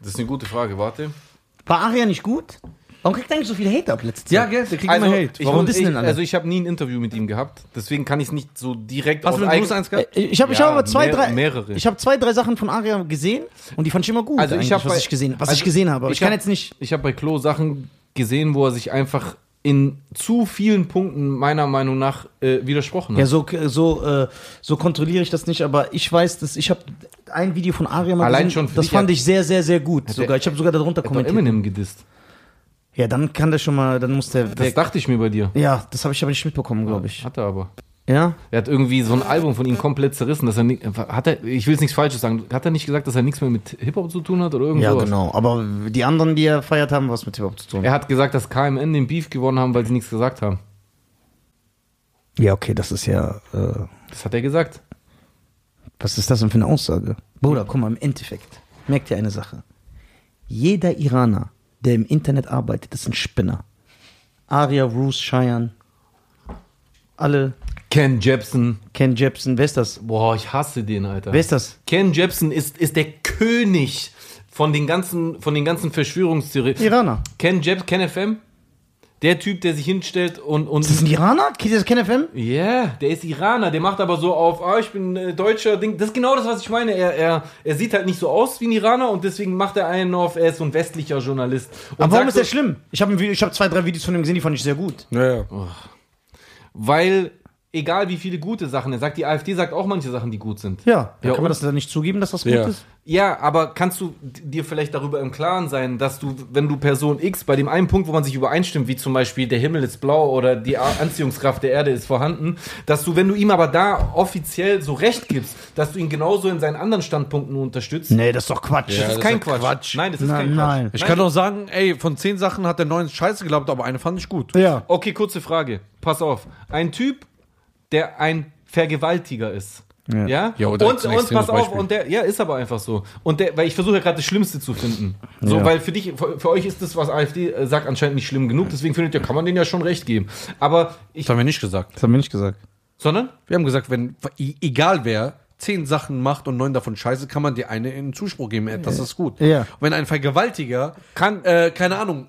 Speaker 2: Das ist eine gute Frage, warte.
Speaker 3: War Aria nicht gut? Warum kriegt er eigentlich so viel Hate ab letzte Zeit?
Speaker 6: Ja, gell, der kriegt
Speaker 2: Also,
Speaker 6: immer Hate.
Speaker 2: ich,
Speaker 3: Warum
Speaker 2: muss-
Speaker 3: dissen
Speaker 2: ich,
Speaker 3: denn alle?
Speaker 2: also ich habe nie ein Interview mit ihm gehabt, deswegen kann ich es nicht so direkt
Speaker 6: Hast
Speaker 2: aus
Speaker 6: du ein
Speaker 2: eigen-
Speaker 6: großes eins gehabt?
Speaker 3: Ich, ich habe ich
Speaker 2: Ja,
Speaker 3: hab aber zwei,
Speaker 2: mehr-
Speaker 3: drei.
Speaker 2: mehrere.
Speaker 3: Ich habe zwei, drei Sachen von Aria gesehen und die fand ich immer gut.
Speaker 2: Also ich
Speaker 3: eigentlich,
Speaker 2: hab
Speaker 3: was
Speaker 2: bei-
Speaker 3: ich gesehen, was
Speaker 2: also
Speaker 3: ich gesehen habe. Aber
Speaker 2: ich
Speaker 3: Ich, kann
Speaker 2: hab-
Speaker 3: jetzt nicht.
Speaker 2: Ich habe bei Klo Sachen gesehen, wo er sich einfach in zu vielen Punkten meiner Meinung nach äh, widersprochen hat.
Speaker 3: Ja, so so äh, so kontrolliere ich das nicht. Aber ich weiß, dass ich habe ein Video von Aria mal
Speaker 2: Allein
Speaker 3: gesehen,
Speaker 2: schon für
Speaker 3: Das
Speaker 2: dich
Speaker 3: fand
Speaker 2: hat-
Speaker 3: ich sehr, sehr, sehr gut. Sogar ich habe sogar darunter
Speaker 2: Er hat doch
Speaker 3: kommentiert.
Speaker 2: Eminem gedisst.
Speaker 3: Ja, dann kann der schon mal, dann muss der
Speaker 2: Das
Speaker 3: weg.
Speaker 2: dachte ich mir bei dir.
Speaker 3: Ja, das habe ich aber nicht mitbekommen, glaube ich.
Speaker 2: Hat er aber.
Speaker 3: Ja.
Speaker 2: Er hat irgendwie so ein Album von ihm komplett zerrissen, dass er nicht, hat er, ich will jetzt nichts Falsches sagen, hat er nicht gesagt, dass er nichts mehr mit Hip-Hop zu tun hat oder irgendwas?
Speaker 3: Ja, genau. Aber die anderen, die er feiert, haben was mit überhaupt zu tun.
Speaker 2: Er hat gesagt, dass KMN den Beef gewonnen haben, weil sie nichts gesagt haben.
Speaker 3: Ja, okay, das ist ja. Äh,
Speaker 2: Das hat er gesagt.
Speaker 3: was ist das denn für eine Aussage? Bruder, guck mal, im Endeffekt. Merkt ihr eine Sache? Jeder Iraner, der im Internet arbeitet, ist ein Spinner. Aria, Roos, Cheyenne, alle,
Speaker 2: Ken Jepsen.
Speaker 3: Ken Jepsen, wer ist das?
Speaker 2: Boah, ich hasse den, Alter.
Speaker 3: Wer ist das?
Speaker 2: Ken Jepsen ist, ist der König von den ganzen, von den ganzen Verschwörungstheorien.
Speaker 3: Iraner.
Speaker 2: Ken Jeb, Ken FM? Der Typ, der sich hinstellt und. und
Speaker 3: Ist das ein Iraner? Kennt ihr das Ken FM?
Speaker 2: Ja, der ist Iraner, der macht aber so auf, ah, ich bin äh, deutscher Ding. Das ist genau das, was ich meine. Er, er, er sieht halt nicht so aus wie ein Iraner und deswegen macht er einen auf, er ist so ein westlicher Journalist. Und
Speaker 3: Aber warum
Speaker 2: sagt
Speaker 3: ist der
Speaker 2: so-
Speaker 3: schlimm? Ich habe hab zwei, drei Videos von ihm gesehen, die fand ich sehr gut.
Speaker 6: Ja, ja.
Speaker 2: Weil, egal wie viele gute Sachen er sagt, die AfD sagt auch manche Sachen, die gut sind.
Speaker 3: Ja, da
Speaker 2: Ja,
Speaker 3: kann
Speaker 2: und-
Speaker 3: man das dann nicht zugeben, dass das gut
Speaker 6: Ja.
Speaker 3: ist?
Speaker 2: Ja, aber kannst du d- dir vielleicht darüber im Klaren sein, dass du, wenn du Person X bei dem einen Punkt, wo man sich übereinstimmt, wie zum Beispiel der Himmel ist blau oder die A- Anziehungskraft der Erde ist vorhanden, dass du, wenn du ihm aber da offiziell so recht gibst, dass du ihn genauso in seinen anderen Standpunkten unterstützt,
Speaker 3: Nee, das ist doch Quatsch.
Speaker 2: das ist kein Quatsch. Nein, das ist
Speaker 3: Na-
Speaker 2: kein Quatsch.
Speaker 3: nein.
Speaker 6: Ich kann doch sagen, ey, von zehn Sachen hat der neun scheiße geglaubt, aber eine fand ich gut.
Speaker 3: Ja.
Speaker 2: Okay, kurze Frage. Pass auf. Ein Typ, der ein Vergewaltiger ist. Ja.
Speaker 6: Ja,
Speaker 2: und,
Speaker 6: oder
Speaker 2: und
Speaker 6: ist ein
Speaker 2: pass
Speaker 6: extremes
Speaker 2: auf,
Speaker 6: Beispiel.
Speaker 2: und der, ja, ist aber einfach so. Und der, weil ich versuche ja gerade das Schlimmste zu finden. So, weil für dich, für, für euch ist das, was AfD äh, sagt, anscheinend nicht schlimm genug. Deswegen findet ihr, kann man denen ja schon recht geben. Aber ich,
Speaker 6: Das haben wir nicht gesagt.
Speaker 3: Das haben wir nicht gesagt.
Speaker 2: sondern?
Speaker 6: Wir haben gesagt, wenn e- egal wer zehn Sachen macht und neun davon scheiße, kann man dir eine in Zuspruch geben. ey, Das ist gut.
Speaker 3: Ja.
Speaker 6: Wenn ein Vergewaltiger
Speaker 2: Kann-
Speaker 6: äh, keine Ahnung,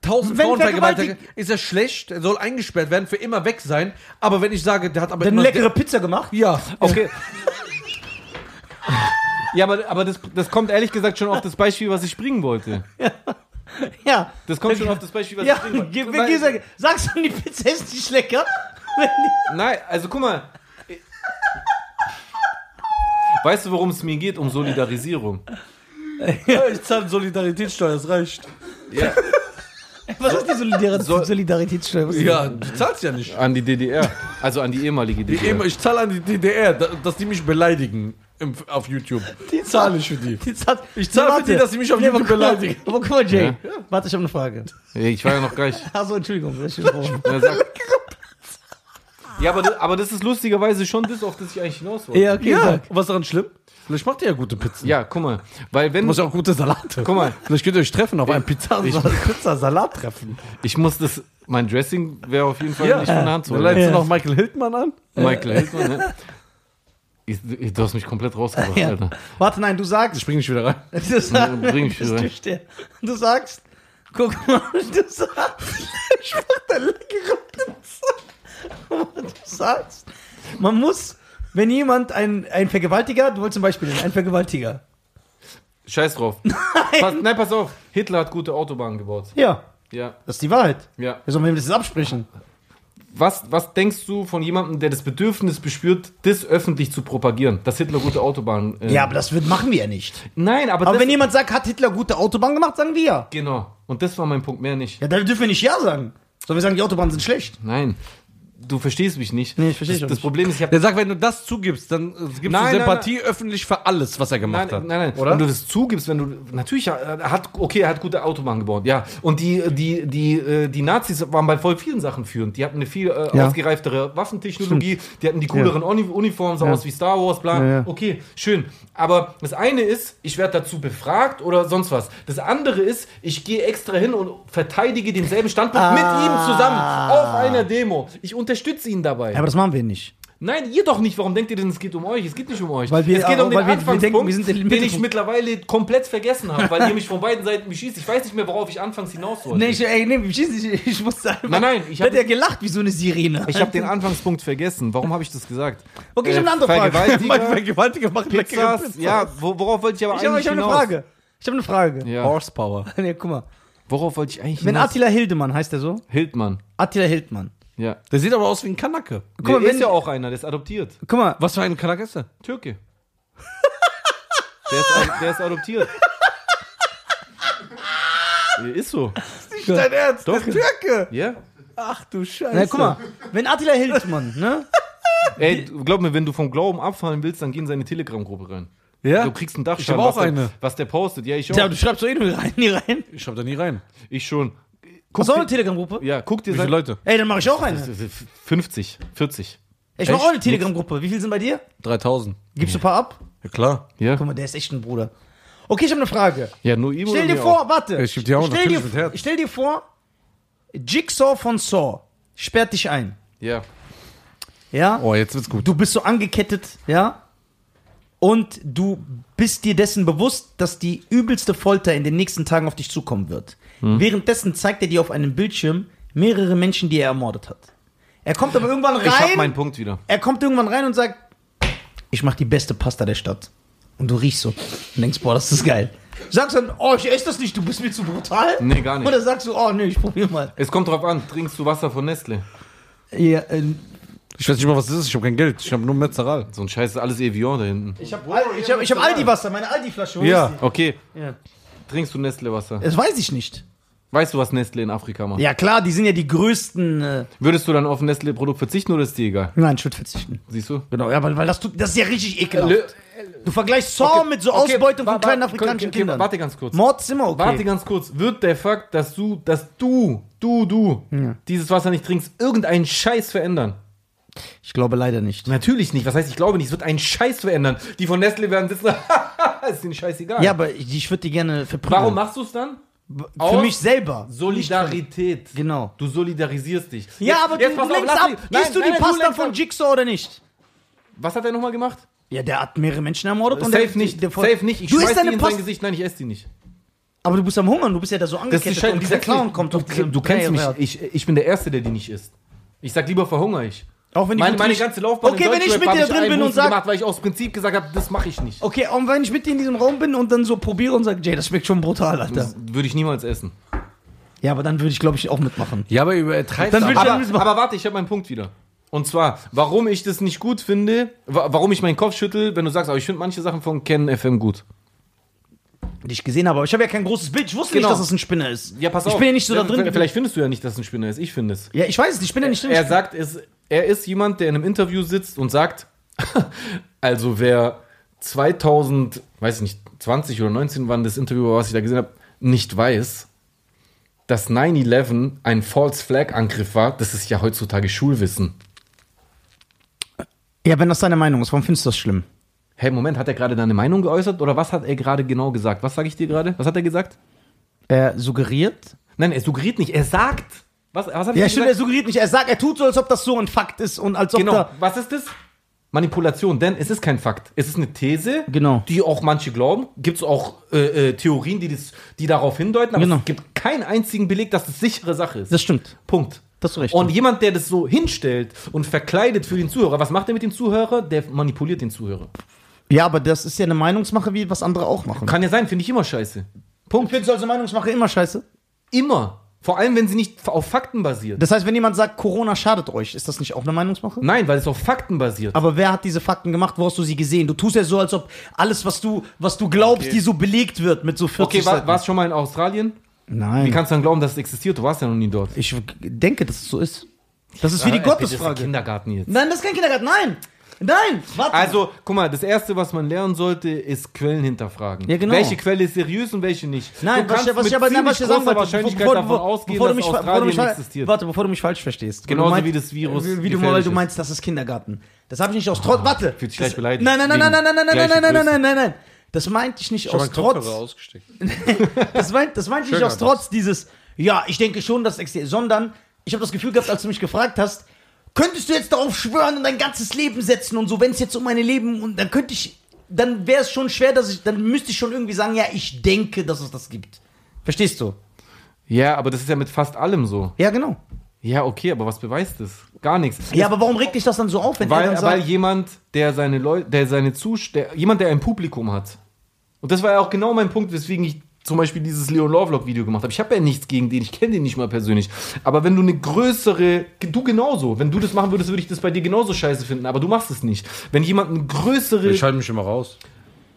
Speaker 6: tausend
Speaker 3: Wenn
Speaker 6: Frauen
Speaker 3: vergewaltigt-
Speaker 6: vergewaltigt, ist er schlecht, er soll eingesperrt werden, für immer weg sein. Aber wenn ich sage, der hat aber
Speaker 3: Dann
Speaker 6: immer-
Speaker 3: leckere Pizza gemacht?
Speaker 6: ja,
Speaker 2: Okay. ja, aber, aber das, das kommt ehrlich gesagt schon auf das Beispiel, was ich bringen wollte.
Speaker 3: Ja.
Speaker 2: Das kommt schon auf das Beispiel, was
Speaker 3: Ja,
Speaker 2: ich bringen wollte.
Speaker 3: geh-
Speaker 2: Weil-
Speaker 3: geh- sag- sagst du, die Pizza ist nicht lecker? Wenn die-
Speaker 2: Nein, also guck mal. Weißt du, worum es mir geht? Um Solidarisierung.
Speaker 6: ich zahle Solidaritätssteuer, das reicht.
Speaker 3: Was ist die Solidar Solidaritätssteuer? Was ist
Speaker 6: Ja, du zahlst ja nicht.
Speaker 2: An die DDR. Also an die ehemalige
Speaker 6: Die
Speaker 2: DDR.
Speaker 6: EMA Ich zahle an die DDR, da- dass die mich beleidigen im, auf YouTube.
Speaker 3: Die
Speaker 6: zahle ich für die.
Speaker 3: Die zahl
Speaker 6: Ich zahl für die, dass sie mich auf
Speaker 3: aber
Speaker 6: YouTube
Speaker 3: guck mal-
Speaker 6: beleidigen.
Speaker 3: Aber guck mal, Jay. Warte, ich habe eine Frage.
Speaker 2: Ey, Ich war ja noch gleich.
Speaker 3: Achso, Entschuldigung. Ich bin
Speaker 2: Ja, sag. ja aber, das, aber das ist lustigerweise schon das, auf das ich eigentlich hinaus wollte.
Speaker 3: ja, okay,
Speaker 6: Ja,
Speaker 3: sag.
Speaker 6: was daran schlimm? Vielleicht macht ihr ja gute Pizzen.
Speaker 2: Ja, guck mal. Weil wenn.
Speaker 6: Muss ja auch gute Salate.
Speaker 2: Guck mal.
Speaker 6: Vielleicht könnt ihr euch treffen auf einem
Speaker 3: Ich
Speaker 6: Pizzasalat.
Speaker 3: soll kurzer Salat treffen.
Speaker 2: Ich muss das. Mein Dressing wäre auf jeden Fall
Speaker 6: Ja.
Speaker 2: nicht von der Hand zu holen.
Speaker 6: Leitest
Speaker 3: Ja.
Speaker 6: du noch Michael Hildmann an?
Speaker 2: Michael, hilf mir, ne? Ich- Du hast mich komplett rausgebracht,
Speaker 3: Ja.
Speaker 2: Alter.
Speaker 3: Warte, nein, du sagst.
Speaker 6: Ich springe nicht wieder rein.
Speaker 3: Du sagst.
Speaker 2: bring ich
Speaker 3: das
Speaker 2: wieder.
Speaker 3: tue ich dir. Du sagst. Guck mal, du sagst. Ich mach da leckere Pizza. Guck mal, Du sagst. Man muss, wenn jemand ein, ein Vergewaltiger, du wolltest zum Beispiel ein Vergewaltiger.
Speaker 2: Scheiß drauf. Pass, nein, pass auf. Hitler hat gute Autobahnen gebaut.
Speaker 3: Ja,
Speaker 2: Ja,
Speaker 3: das ist die Wahrheit.
Speaker 2: ja.
Speaker 3: Wir sollen mit dem das jetzt absprechen.
Speaker 2: Was, was denkst du von jemandem, der das Bedürfnis bespürt, das öffentlich zu propagieren, dass Hitler gute Autobahnen. äh,
Speaker 3: Ja, aber das wird, machen wir ja nicht.
Speaker 2: nein, aber,
Speaker 3: Aber
Speaker 2: das,
Speaker 3: wenn jemand sagt, hat Hitler gute Autobahn gemacht, sagen wir ja.
Speaker 2: genau. Und das war mein Punkt mehr nicht.
Speaker 3: Ja, dann dürfen wir nicht ja sagen. Sollen wir sagen, die Autobahnen sind schlecht?
Speaker 2: Nein, du verstehst mich nicht.
Speaker 3: Nee, ich versteh
Speaker 2: das,
Speaker 3: schon
Speaker 2: Das
Speaker 3: nicht.
Speaker 2: Problem ist, ich habe
Speaker 6: Der sagt, wenn du das zugibst, dann äh, gibst
Speaker 2: Nein, nein,
Speaker 6: du Sympathie öffentlich für alles, was er
Speaker 2: Nein,
Speaker 6: gemacht
Speaker 2: nein,
Speaker 6: hat.
Speaker 2: nein.
Speaker 6: Oder?
Speaker 2: Wenn du das zugibst, wenn du. Natürlich, ja, er hat, okay, er hat gute Autobahnen gebaut, ja. Und die, die, die, äh, die Nazis waren bei voll vielen Sachen führend. Die hatten eine viel äh,
Speaker 3: Ja.
Speaker 2: ausgereiftere Waffentechnologie, die hatten die cooleren Uni Uniformen, so aus wie Star Wars, bla.
Speaker 3: Ja, ja.
Speaker 2: Okay, schön. Aber das eine ist, ich werde dazu befragt oder sonst was. Das andere ist, ich gehe extra hin und verteidige
Speaker 3: Ah.
Speaker 2: denselben Standpunkt mit ihm zusammen auf einer Demo. Ich unterstütze ihn dabei.
Speaker 3: Ja, aber das machen wir nicht.
Speaker 2: Nein, ihr doch nicht. Warum denkt ihr denn, es geht um euch? Es geht nicht um euch.
Speaker 3: Weil wir-
Speaker 2: es geht um
Speaker 3: weil wir- wir
Speaker 2: den Anfangspunkt,
Speaker 3: denken, wir sind im
Speaker 2: den ich
Speaker 3: Mittelpunkt.
Speaker 2: mittlerweile komplett vergessen habe, weil ihr mich von beiden Seiten beschießt. Ich weiß nicht mehr, worauf ich anfangs hinaus wollte.
Speaker 3: Nee, ich, ey, nee, ich, ich, ich muss sagen,
Speaker 2: Nein, nein, ich
Speaker 3: ich hat
Speaker 2: hab-
Speaker 3: ja gelacht wie so eine Sirene.
Speaker 2: Ich habe den Anfangspunkt vergessen. Warum habe ich das gesagt? Äh,
Speaker 3: Okay, ich hab eine andere Frage.
Speaker 2: Vergewaltiger, Frage.
Speaker 6: Gewaltiger macht leckere
Speaker 2: Pizzas, ja, wo, worauf wollte ich aber
Speaker 3: ich habe
Speaker 2: eigentlich
Speaker 3: hab eine
Speaker 2: hinaus?
Speaker 3: Frage. Ich habe eine Frage.
Speaker 2: Ja.
Speaker 6: Horsepower.
Speaker 3: Nee, guck mal.
Speaker 2: Worauf wollte ich eigentlich
Speaker 3: Wenn
Speaker 2: hinaus?
Speaker 3: Attila Hildemann heißt der so?
Speaker 2: Hildmann.
Speaker 3: Attila Hildemann.
Speaker 2: Ja.
Speaker 6: Der sieht aber aus wie ein Kanake.
Speaker 3: Guck mal,
Speaker 2: der
Speaker 3: wenn-
Speaker 2: ist ja auch einer, der ist adoptiert.
Speaker 3: Guck mal,
Speaker 6: Was für ein Kanake ist der?
Speaker 2: Türke. der, ist, der ist adoptiert. ist so.
Speaker 6: Dein Ernst?
Speaker 2: Doch.
Speaker 6: Türke.
Speaker 2: Ja?
Speaker 6: Ach du Scheiße.
Speaker 3: na, guck mal, wenn Attila Hildmann, ne?
Speaker 2: Ey, du- glaub mir, wenn du vom Glauben abfallen willst, dann geh in seine Telegram-Gruppe rein.
Speaker 6: Ja?
Speaker 2: Du kriegst einen Dachschaden.
Speaker 6: Ich hab auch
Speaker 2: was
Speaker 6: eine.
Speaker 2: Der, was der postet. Ja, ich auch.
Speaker 3: Tja, du schreibst so eh nur rein, nie rein.
Speaker 6: Ich schreib da nie rein.
Speaker 2: Ich schon. Guck
Speaker 3: Hast du auch eine
Speaker 2: dir,
Speaker 3: Telegram-Gruppe?
Speaker 2: ja, guck dir
Speaker 6: Wie viele
Speaker 2: sein-
Speaker 6: Leute?
Speaker 3: Ey, dann mache ich auch eine.
Speaker 2: 50, 40.
Speaker 3: Ich mache
Speaker 2: Echt?
Speaker 3: auch eine Telegram-Gruppe. Wie viele sind bei dir?
Speaker 6: 3000.
Speaker 3: Gibst du ein paar ab?
Speaker 6: Ja klar.
Speaker 3: Guck
Speaker 2: Ja,
Speaker 3: mal, der ist echt ein Bruder. Okay, ich habe eine Frage.
Speaker 2: ja nur ihm
Speaker 3: Stell
Speaker 2: oder
Speaker 3: dir
Speaker 2: mir
Speaker 3: vor,
Speaker 2: auch.
Speaker 3: warte.
Speaker 6: Ich geb dir auch
Speaker 3: stell,
Speaker 6: natürlich mit
Speaker 3: dir,
Speaker 6: Herz.
Speaker 3: stell dir vor, Jigsaw von Saw sperrt dich ein.
Speaker 2: Ja.
Speaker 3: Ja?
Speaker 6: Oh, jetzt wird's gut.
Speaker 3: Du bist so angekettet, ja? Und du bist dir dessen bewusst, dass die übelste Folter in den nächsten Tagen auf dich zukommen wird.
Speaker 6: Hm.
Speaker 3: Währenddessen zeigt er dir auf einem Bildschirm mehrere Menschen, die er ermordet hat. Er kommt aber irgendwann
Speaker 2: Ich hab
Speaker 3: rein.
Speaker 2: meinen Punkt wieder.
Speaker 3: Er kommt irgendwann rein und sagt, ich mach die beste Pasta der Stadt. Und du riechst so und denkst, boah, das ist geil. Sagst dann, oh, ich esse das nicht, du bist mir zu brutal?
Speaker 2: Nee, gar nicht.
Speaker 3: Oder sagst du, oh, nee, ich probier mal.
Speaker 2: Es kommt drauf an, trinkst du Wasser von Nestle?
Speaker 3: Ja, äh,
Speaker 6: Ich weiß nicht mal, was das ist. Ich habe kein Geld. Ich habe nur Metzeral.
Speaker 2: So ein Scheiß ist alles Evian da hinten.
Speaker 3: ich hab, Al ich hab, ich hab Aldi-Wasser, meine Aldi-Flasche. wo
Speaker 6: Ja.
Speaker 3: ist
Speaker 2: Okay,
Speaker 3: die? ja.
Speaker 2: trinkst du Nestle-Wasser?
Speaker 3: Das weiß ich nicht.
Speaker 2: Weißt du, was Nestle in Afrika macht?
Speaker 3: Ja, klar, die sind ja die größten. Äh,
Speaker 2: Würdest du dann auf ein Nestle-Produkt verzichten oder ist dir egal?
Speaker 3: nein, ich würde verzichten.
Speaker 2: Siehst du?
Speaker 3: Genau, ja, weil, weil das, tut, das ist ja richtig ekelhaft. Du vergleichst Saw Genau mit so Ausbeutung
Speaker 2: wa-
Speaker 3: von
Speaker 2: wa-
Speaker 3: kleinen afrikanischen
Speaker 2: okay, okay,
Speaker 3: Kindern.
Speaker 2: Warte ganz kurz.
Speaker 3: Mord ist immer okay.
Speaker 2: Warte ganz kurz. Wird der Fakt, dass du, dass du, du, du dieses Wasser nicht trinkst, irgendeinen Scheiß verändern?
Speaker 3: Ich glaube leider nicht.
Speaker 2: Natürlich nicht. Was heißt, ich glaube nicht. Es wird einen Scheiß verändern. Die von Nestle werden sitzen. ist denen scheißegal.
Speaker 3: Ja, aber ich, ich würde die gerne verprügeln.
Speaker 2: Warum machst du es dann?
Speaker 3: Für
Speaker 2: Aus-
Speaker 3: mich selber.
Speaker 2: Solidarität.
Speaker 3: Genau.
Speaker 2: Du solidarisierst dich.
Speaker 3: Ja, aber
Speaker 2: jetzt
Speaker 3: du
Speaker 2: pass auf,
Speaker 3: lenkst
Speaker 2: lass
Speaker 3: ab.
Speaker 2: mich-
Speaker 3: Isst
Speaker 2: Nein,
Speaker 3: du
Speaker 2: nein,
Speaker 3: die
Speaker 2: nein,
Speaker 3: Pasta
Speaker 2: lenkst
Speaker 3: von
Speaker 2: ab.
Speaker 3: Jigsaw oder nicht?
Speaker 2: Was hat er nochmal gemacht?
Speaker 3: Ja, der hat mehrere Menschen ermordet. und der,
Speaker 2: safe nicht.
Speaker 3: Der,
Speaker 2: safe nicht. Ich
Speaker 3: du
Speaker 2: schmeiß
Speaker 3: isst
Speaker 2: die
Speaker 3: deine
Speaker 2: in sein
Speaker 3: Pasta.
Speaker 2: Gesicht. Nein, ich esse die nicht.
Speaker 3: Aber du bist am Hungern, du bist ja da so
Speaker 2: Das
Speaker 3: angekettet.
Speaker 2: ist scheiße.
Speaker 3: und dieser Clown kommt
Speaker 2: du,
Speaker 3: auf diese
Speaker 2: du, du kennst mich.
Speaker 3: Dreierwelt.
Speaker 2: Ich, ich bin der Erste, der die nicht isst. Ich sag lieber verhungere ich.
Speaker 3: Auch wenn die
Speaker 2: Meine,
Speaker 3: gut
Speaker 2: meine
Speaker 3: riecht.
Speaker 2: ganze Laufbahn
Speaker 3: Okay,
Speaker 2: im
Speaker 3: wenn ich
Speaker 2: Deutschrap
Speaker 3: mit
Speaker 2: hab
Speaker 3: dir drin
Speaker 2: einen
Speaker 3: bin und
Speaker 2: Husten
Speaker 3: sag-
Speaker 2: gemacht, weil ich aus Prinzip gesagt habe, das mache ich nicht.
Speaker 3: Okay, und wenn ich mit dir in diesem Raum bin und dann so probiere und sage, Jay, das schmeckt schon brutal, Alter.
Speaker 2: Das würde ich niemals essen.
Speaker 3: Ja, aber dann würde ich, glaube ich, auch mitmachen.
Speaker 6: Ja, aber übertreibst
Speaker 3: Dann will ich-
Speaker 6: aber.
Speaker 2: Aber, aber warte, ich habe meinen Punkt wieder. Und zwar, warum ich das nicht gut finde, wa warum ich meinen Kopf schüttel, wenn du sagst, aber ich finde manche Sachen von Ken FM gut.
Speaker 3: Dich gesehen habe, aber ich habe ja kein großes Bild. Ich wusste
Speaker 2: Genau.
Speaker 3: nicht, dass es ein Spinner ist.
Speaker 2: Ja, pass
Speaker 3: ich
Speaker 2: auf.
Speaker 3: Ich bin ja nicht so da drin.
Speaker 2: Vielleicht findest du ja nicht, dass es ein Spinner ist. Ich finde es.
Speaker 3: ja, ich weiß es, ich bin ja nicht drin.
Speaker 2: Er sagt, es, er ist jemand, der in einem Interview sitzt und sagt, also wer 2000, weiß ich nicht, 20 oder 19 wann das Interview war, was ich da gesehen habe, nicht weiß, dass 9-11 ein False Flag Angriff war, das ist ja heutzutage Schulwissen.
Speaker 3: ja, wenn das deine Meinung ist, warum findest du das schlimm?
Speaker 2: Hey, Moment, hat er gerade deine Meinung geäußert oder was hat er gerade genau gesagt? Was sage ich dir gerade? Was hat er gesagt?
Speaker 3: Er suggeriert?
Speaker 2: Nein, er suggeriert nicht, er sagt. Was, was hat
Speaker 3: Ja,
Speaker 2: er
Speaker 3: stimmt, er
Speaker 2: gesagt?
Speaker 3: suggeriert nicht. Er sagt, er tut so, als ob das so ein Fakt ist und als ob
Speaker 2: Genau,
Speaker 3: da.
Speaker 2: was ist das? Manipulation, denn es ist kein Fakt. Es ist eine These,
Speaker 3: Genau.
Speaker 2: die auch manche glauben. Gibt es auch äh, äh, Theorien, die, das, die darauf hindeuten, aber
Speaker 3: Genau.
Speaker 2: es gibt keinen einzigen Beleg, dass das sichere Sache ist.
Speaker 3: Das stimmt.
Speaker 2: Punkt.
Speaker 3: Das ist recht.
Speaker 2: Und jemand, der das so hinstellt und verkleidet für den Zuhörer, was macht er mit dem Zuhörer? Der manipuliert den Zuhörer.
Speaker 3: Ja, aber das ist ja eine Meinungsmache, wie was andere auch machen.
Speaker 2: Kann ja sein, finde ich immer scheiße. Punkt.
Speaker 3: Findest du also Meinungsmache immer scheiße?
Speaker 2: Immer. Vor allem, wenn sie nicht auf Fakten basiert.
Speaker 3: Das heißt, wenn jemand sagt, Corona schadet euch, ist das nicht auch eine Meinungsmache?
Speaker 2: Nein, weil es auf Fakten basiert.
Speaker 3: Aber wer hat diese Fakten gemacht? Wo hast du sie gesehen? Du tust ja so, als ob alles, was du, was du glaubst, die so belegt wird mit so 40
Speaker 2: Okay, war,
Speaker 3: Seiten.
Speaker 2: warst schon mal in Australien? Wie
Speaker 3: Nein.
Speaker 2: kannst du dann glauben, dass es existiert? Du warst ja noch nie dort.
Speaker 3: Ich denke, dass es so ist. Das ist wie die
Speaker 2: Ah, bitte, das ist
Speaker 3: Gottesfrage.
Speaker 2: Kindergarten jetzt.
Speaker 3: Nein, das ist kein Kindergarten. Nein! Nein! Warte!
Speaker 2: Also, guck mal, das Erste, was man lernen sollte, ist Quellen hinterfragen.
Speaker 3: Ja, genau.
Speaker 2: Welche Quelle ist seriös und welche nicht.
Speaker 3: Nein,
Speaker 2: du
Speaker 3: was,
Speaker 2: kannst
Speaker 3: ich- was
Speaker 2: mit
Speaker 3: ich aber nein, was ich
Speaker 2: ziemlich
Speaker 3: sagen
Speaker 2: großer
Speaker 3: wollte,
Speaker 2: Wahrscheinlichkeit davon ausgehen,
Speaker 3: bevor du
Speaker 2: dass
Speaker 3: mich, bevor du
Speaker 2: Australien
Speaker 3: mich, fa-
Speaker 2: existiert.
Speaker 3: Warte, bevor du mich falsch verstehst. Weil
Speaker 2: Genauso
Speaker 3: du meinst-
Speaker 2: wie das Virus
Speaker 3: Wie, wie du,
Speaker 2: gefährlich
Speaker 3: weil du
Speaker 2: ist. Ah,
Speaker 3: meinst, das ist Kindergarten. Das habe ich nicht aus Trotz. Warte.
Speaker 2: Fühlt sich
Speaker 3: Das-
Speaker 2: gleich beleidigt.
Speaker 3: Nein, nein, nein, nein,
Speaker 2: Wegen
Speaker 3: nein, nein, nein, nein,
Speaker 2: gleichen
Speaker 3: nein, nein, nein,
Speaker 2: Größe.
Speaker 3: nein, nein, nein. Das meinte ich nicht aus Trotz.
Speaker 6: ausgesteckt.
Speaker 3: Das meinte das meint ich nicht
Speaker 6: Schöner
Speaker 3: aus Trotz dieses, ja, ich denke schon, dass es existiert, sondern ich habe das Gefühl gehabt, als du mich gefragt hast, könntest du jetzt darauf schwören und dein ganzes Leben setzen und so, wenn es jetzt um meine Leben und dann könnte ich, dann wäre es schon schwer, dass ich, dann müsste ich schon irgendwie sagen, ja, ich denke, dass es das gibt. Verstehst du?
Speaker 2: Ja, aber das ist ja mit fast allem so.
Speaker 3: Ja, genau.
Speaker 2: Ja, okay, aber was beweist das? Gar nichts.
Speaker 3: Ja, aber warum regt dich das dann so auf, wenn er
Speaker 2: weil,
Speaker 3: dann
Speaker 2: weil
Speaker 3: sagt,
Speaker 2: jemand, der seine Leute, der seine Zus, der, jemand, der ein Publikum hat. Und das war ja auch genau mein Punkt, weswegen ich zum Beispiel dieses Leon Lovelock Video gemacht habe. Ich habe ja nichts gegen den, ich kenne den nicht mal persönlich. Aber wenn du eine größere, du genauso, wenn du das machen würdest, würde ich das bei dir genauso scheiße finden. Aber du machst es nicht. Wenn jemand eine größere
Speaker 6: Ich halte mich immer raus.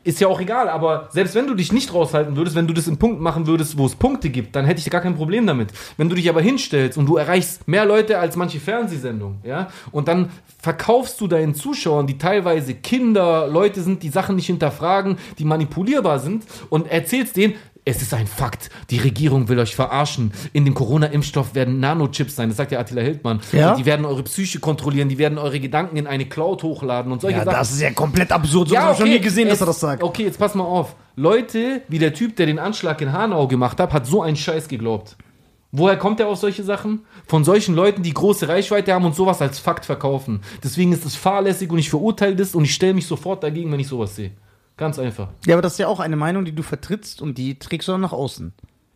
Speaker 2: ist ja auch egal, aber selbst wenn du dich nicht raushalten würdest, wenn du das in Punkten machen würdest, wo es Punkte gibt, dann hätte ich gar kein Problem damit. Wenn du dich aber hinstellst und du erreichst mehr Leute als manche Fernsehsendungen, ja, und dann verkaufst du deinen Zuschauern, die teilweise Kinder, Leute sind, die Sachen nicht hinterfragen, die manipulierbar sind und erzählst denen, es ist ein Fakt, die Regierung will euch verarschen. In dem Corona-Impfstoff werden Nanochips sein, das sagt ja Attila Hildmann.
Speaker 3: Ja.
Speaker 2: Und Die werden eure Psyche kontrollieren, die werden eure Gedanken in eine Cloud hochladen und solche
Speaker 3: ja,
Speaker 2: Sachen.
Speaker 3: das ist ja komplett absurd. So habe ich schon nie gesehen, dass
Speaker 2: Es-
Speaker 3: er das sagt.
Speaker 2: Okay, jetzt pass mal auf. Leute, wie der Typ, der den Anschlag in Hanau gemacht hat, hat so einen Scheiß geglaubt. Woher kommt er auf solche Sachen? Von solchen Leuten, die große Reichweite haben und sowas als Fakt verkaufen. Deswegen ist es fahrlässig und ich verurteile das und ich stelle mich sofort dagegen, wenn ich sowas sehe. Ganz einfach.
Speaker 3: Ja, aber das ist ja auch eine Meinung, die du vertrittst und die trägst du dann nach außen.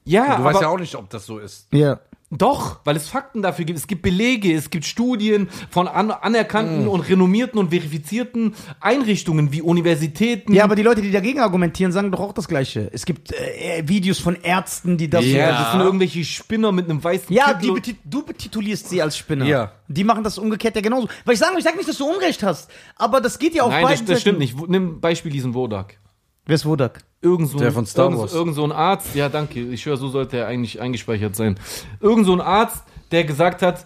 Speaker 2: Ja,
Speaker 6: Du weißt ja auch nicht, ob das so ist.
Speaker 3: Ja.
Speaker 2: Doch, weil es Fakten dafür gibt. Es gibt Belege, es gibt Studien von an
Speaker 3: Mhm.
Speaker 2: anerkannten und renommierten und verifizierten Einrichtungen wie Universitäten.
Speaker 3: Ja, aber die Leute, die dagegen argumentieren, sagen doch auch das Gleiche. Es gibt äh, Videos von Ärzten, die das. also
Speaker 2: Ja,
Speaker 6: Ja.
Speaker 2: das sind irgendwelche Spinner mit einem weißen
Speaker 3: Ja,
Speaker 2: Kittel
Speaker 3: die
Speaker 2: und-
Speaker 3: beti- du betitulierst sie als Spinner.
Speaker 6: Ja.
Speaker 3: Die machen das umgekehrt ja genauso. Weil ich sage, ich sag nicht, dass du Unrecht hast, aber das geht ja auf
Speaker 2: Nein,
Speaker 3: beiden
Speaker 2: das, das stimmt nicht. Wo- Nimm Beispiel diesen Wodak.
Speaker 3: Wer ist Wodak?
Speaker 2: Irgend so
Speaker 6: Der
Speaker 2: ein-
Speaker 6: von Star
Speaker 2: irgend,
Speaker 6: Wars.
Speaker 2: Irgend so ein Arzt, ja danke, ich höre, so sollte er eigentlich eingespeichert sein. Irgend so ein Arzt, der gesagt hat,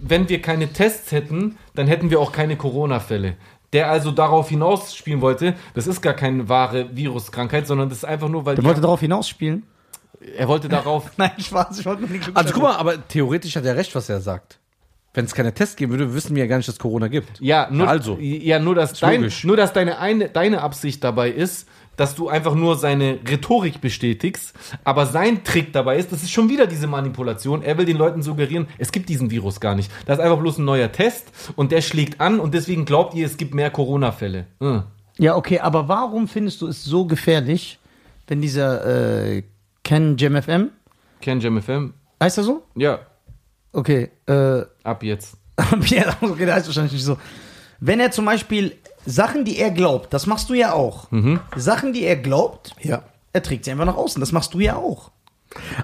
Speaker 2: wenn wir keine Tests hätten, dann hätten wir auch keine Corona-Fälle. Der also darauf hinausspielen wollte, das ist gar keine wahre Viruskrankheit, sondern das ist einfach nur, weil
Speaker 3: Der
Speaker 2: die-
Speaker 3: wollte darauf hinausspielen.
Speaker 2: er wollte darauf
Speaker 3: Nein, Spaß, ich wollte nur nicht
Speaker 6: Also guck mal, aber theoretisch hat er recht, was er sagt. Wenn es keine Tests geben würde, wissen wir ja gar nicht, dass es Corona gibt.
Speaker 2: Ja, nur,
Speaker 6: also.
Speaker 2: ja, nur dass, dein,
Speaker 6: logisch.
Speaker 2: nur, dass deine, eine, deine Absicht dabei ist, dass du einfach nur seine Rhetorik bestätigst, aber sein Trick dabei ist, das ist schon wieder diese Manipulation. Er will den Leuten suggerieren, es gibt diesen Virus gar nicht. Das ist einfach bloß ein neuer Test und der schlägt an und deswegen glaubt ihr, es gibt mehr Corona-Fälle. Hm.
Speaker 3: Ja, okay, aber warum findest du es so gefährlich, wenn dieser äh, Ken JamFM,
Speaker 2: Ken Jam FM?
Speaker 3: heißt er so?
Speaker 2: Ja,
Speaker 3: Okay, äh,
Speaker 2: ab jetzt.
Speaker 3: Pierre, okay, der heißt wahrscheinlich nicht halt so. Wenn er zum Beispiel Sachen, die er glaubt, das machst du ja auch. Sachen, die er glaubt,
Speaker 2: Ja.
Speaker 3: er trägt sie einfach nach außen. Das machst du ja auch.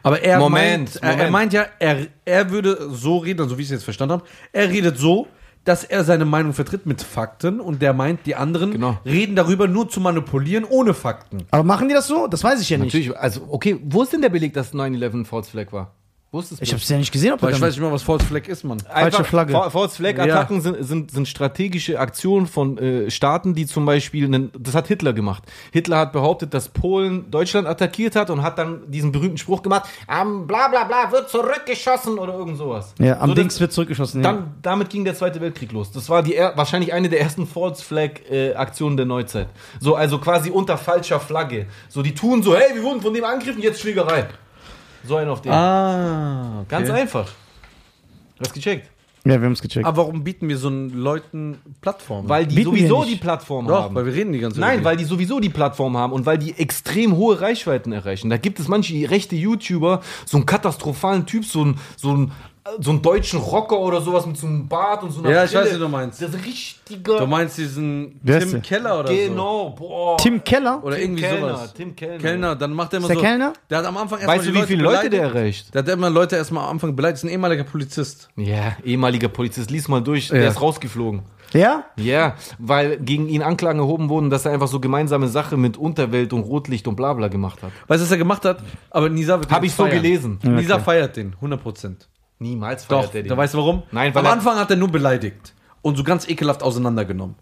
Speaker 6: Aber er,
Speaker 2: Moment,
Speaker 6: meint, Er, er
Speaker 2: Moment.
Speaker 6: meint ja, er, er würde so reden, also wie ich es jetzt verstanden habe, er redet so, dass er seine Meinung vertritt mit Fakten und der meint, die anderen
Speaker 2: Genau.
Speaker 6: reden darüber nur zu manipulieren ohne Fakten.
Speaker 3: Aber machen die das so? Das weiß ich ja nicht.
Speaker 2: Natürlich, also okay, wo ist denn der Beleg, dass 9-11 ein False Flag war? Wo ist das
Speaker 3: Ich hab's ja nicht gesehen, ob er
Speaker 6: Weil ich
Speaker 3: damit-
Speaker 6: weiß nicht mal, was False Flag ist, Mann.
Speaker 3: Falsche Flagge.
Speaker 2: Fa- False Flag Attacken sind, sind, sind strategische Aktionen von äh, Staaten, die zum Beispiel, einen, das hat Hitler gemacht. Hitler hat behauptet, dass Polen Deutschland attackiert hat und hat dann diesen berühmten Spruch gemacht, am bla bla bla wird zurückgeschossen oder irgend sowas.
Speaker 3: Ja, am
Speaker 2: So,
Speaker 3: Dings
Speaker 2: das-
Speaker 3: wird zurückgeschossen. ja.
Speaker 2: Dann, damit ging der Zweite Weltkrieg los. Das war die er, wahrscheinlich eine der ersten False Flag äh, Aktionen der Neuzeit. So, also quasi unter falscher Flagge. So, die tun so, hey, wir wurden von dem angegriffen, jetzt Schlägerei. So ein auf den.
Speaker 6: Ah,
Speaker 2: Ganz einfach. Du hast gecheckt.
Speaker 3: ja, wir haben's gecheckt.
Speaker 6: Aber warum bieten wir so einen Leuten Plattformen?
Speaker 2: Weil die
Speaker 3: Bieten wir
Speaker 2: sowieso
Speaker 3: nicht.
Speaker 2: die Plattform
Speaker 6: Doch,
Speaker 2: haben.
Speaker 6: weil wir reden die ganze
Speaker 2: Nein,
Speaker 6: über
Speaker 2: weil die sowieso die Plattform haben und weil die extrem hohe Reichweiten erreichen. Da gibt es manche rechte YouTuber, so einen katastrophalen Typ, so einen, so einen, so einen deutschen Rocker oder sowas mit so einem Bart und so einer
Speaker 6: Ja, ich
Speaker 2: Brille.
Speaker 6: weiß, wie du meinst.
Speaker 2: Das ist richtiger...
Speaker 6: Du meinst diesen
Speaker 3: Wer ist
Speaker 6: Tim
Speaker 3: der?
Speaker 6: Keller oder so?
Speaker 2: genau, boah.
Speaker 3: Tim Keller?
Speaker 6: Oder
Speaker 2: Tim
Speaker 6: irgendwie
Speaker 2: Kellner,
Speaker 6: sowas.
Speaker 2: Tim Kellner.
Speaker 6: Kellner, dann macht er immer
Speaker 3: Ist der
Speaker 6: so.
Speaker 3: Kellner?
Speaker 6: Der hat am Anfang erstmal
Speaker 2: Weißt du,
Speaker 6: die
Speaker 2: wie viele Leute
Speaker 6: beleidigt.
Speaker 2: der erreicht?
Speaker 6: Der hat immer Leute erstmal am Anfang beleidigt. Das ist ein ehemaliger Polizist.
Speaker 2: Ja, ehemaliger Polizist, lies mal durch,
Speaker 6: Ja.
Speaker 2: der ist rausgeflogen.
Speaker 3: Ja?
Speaker 2: Ja, weil gegen ihn Anklagen erhoben wurden, dass er einfach so gemeinsame Sache mit Unterwelt und Rotlicht und Blabla gemacht hat.
Speaker 6: Weißt du, was er gemacht hat? Aber Nisa wird
Speaker 2: Hab
Speaker 6: ihn
Speaker 2: ich so
Speaker 6: feiern.
Speaker 2: gelesen.
Speaker 6: Nisa feiert den, 100%.
Speaker 2: Niemals
Speaker 6: Doch,
Speaker 2: feiert er den.
Speaker 6: da weißt du warum?
Speaker 2: Nein, weil
Speaker 6: Am
Speaker 2: er-
Speaker 6: Anfang hat er nur beleidigt und so ganz ekelhaft auseinandergenommen.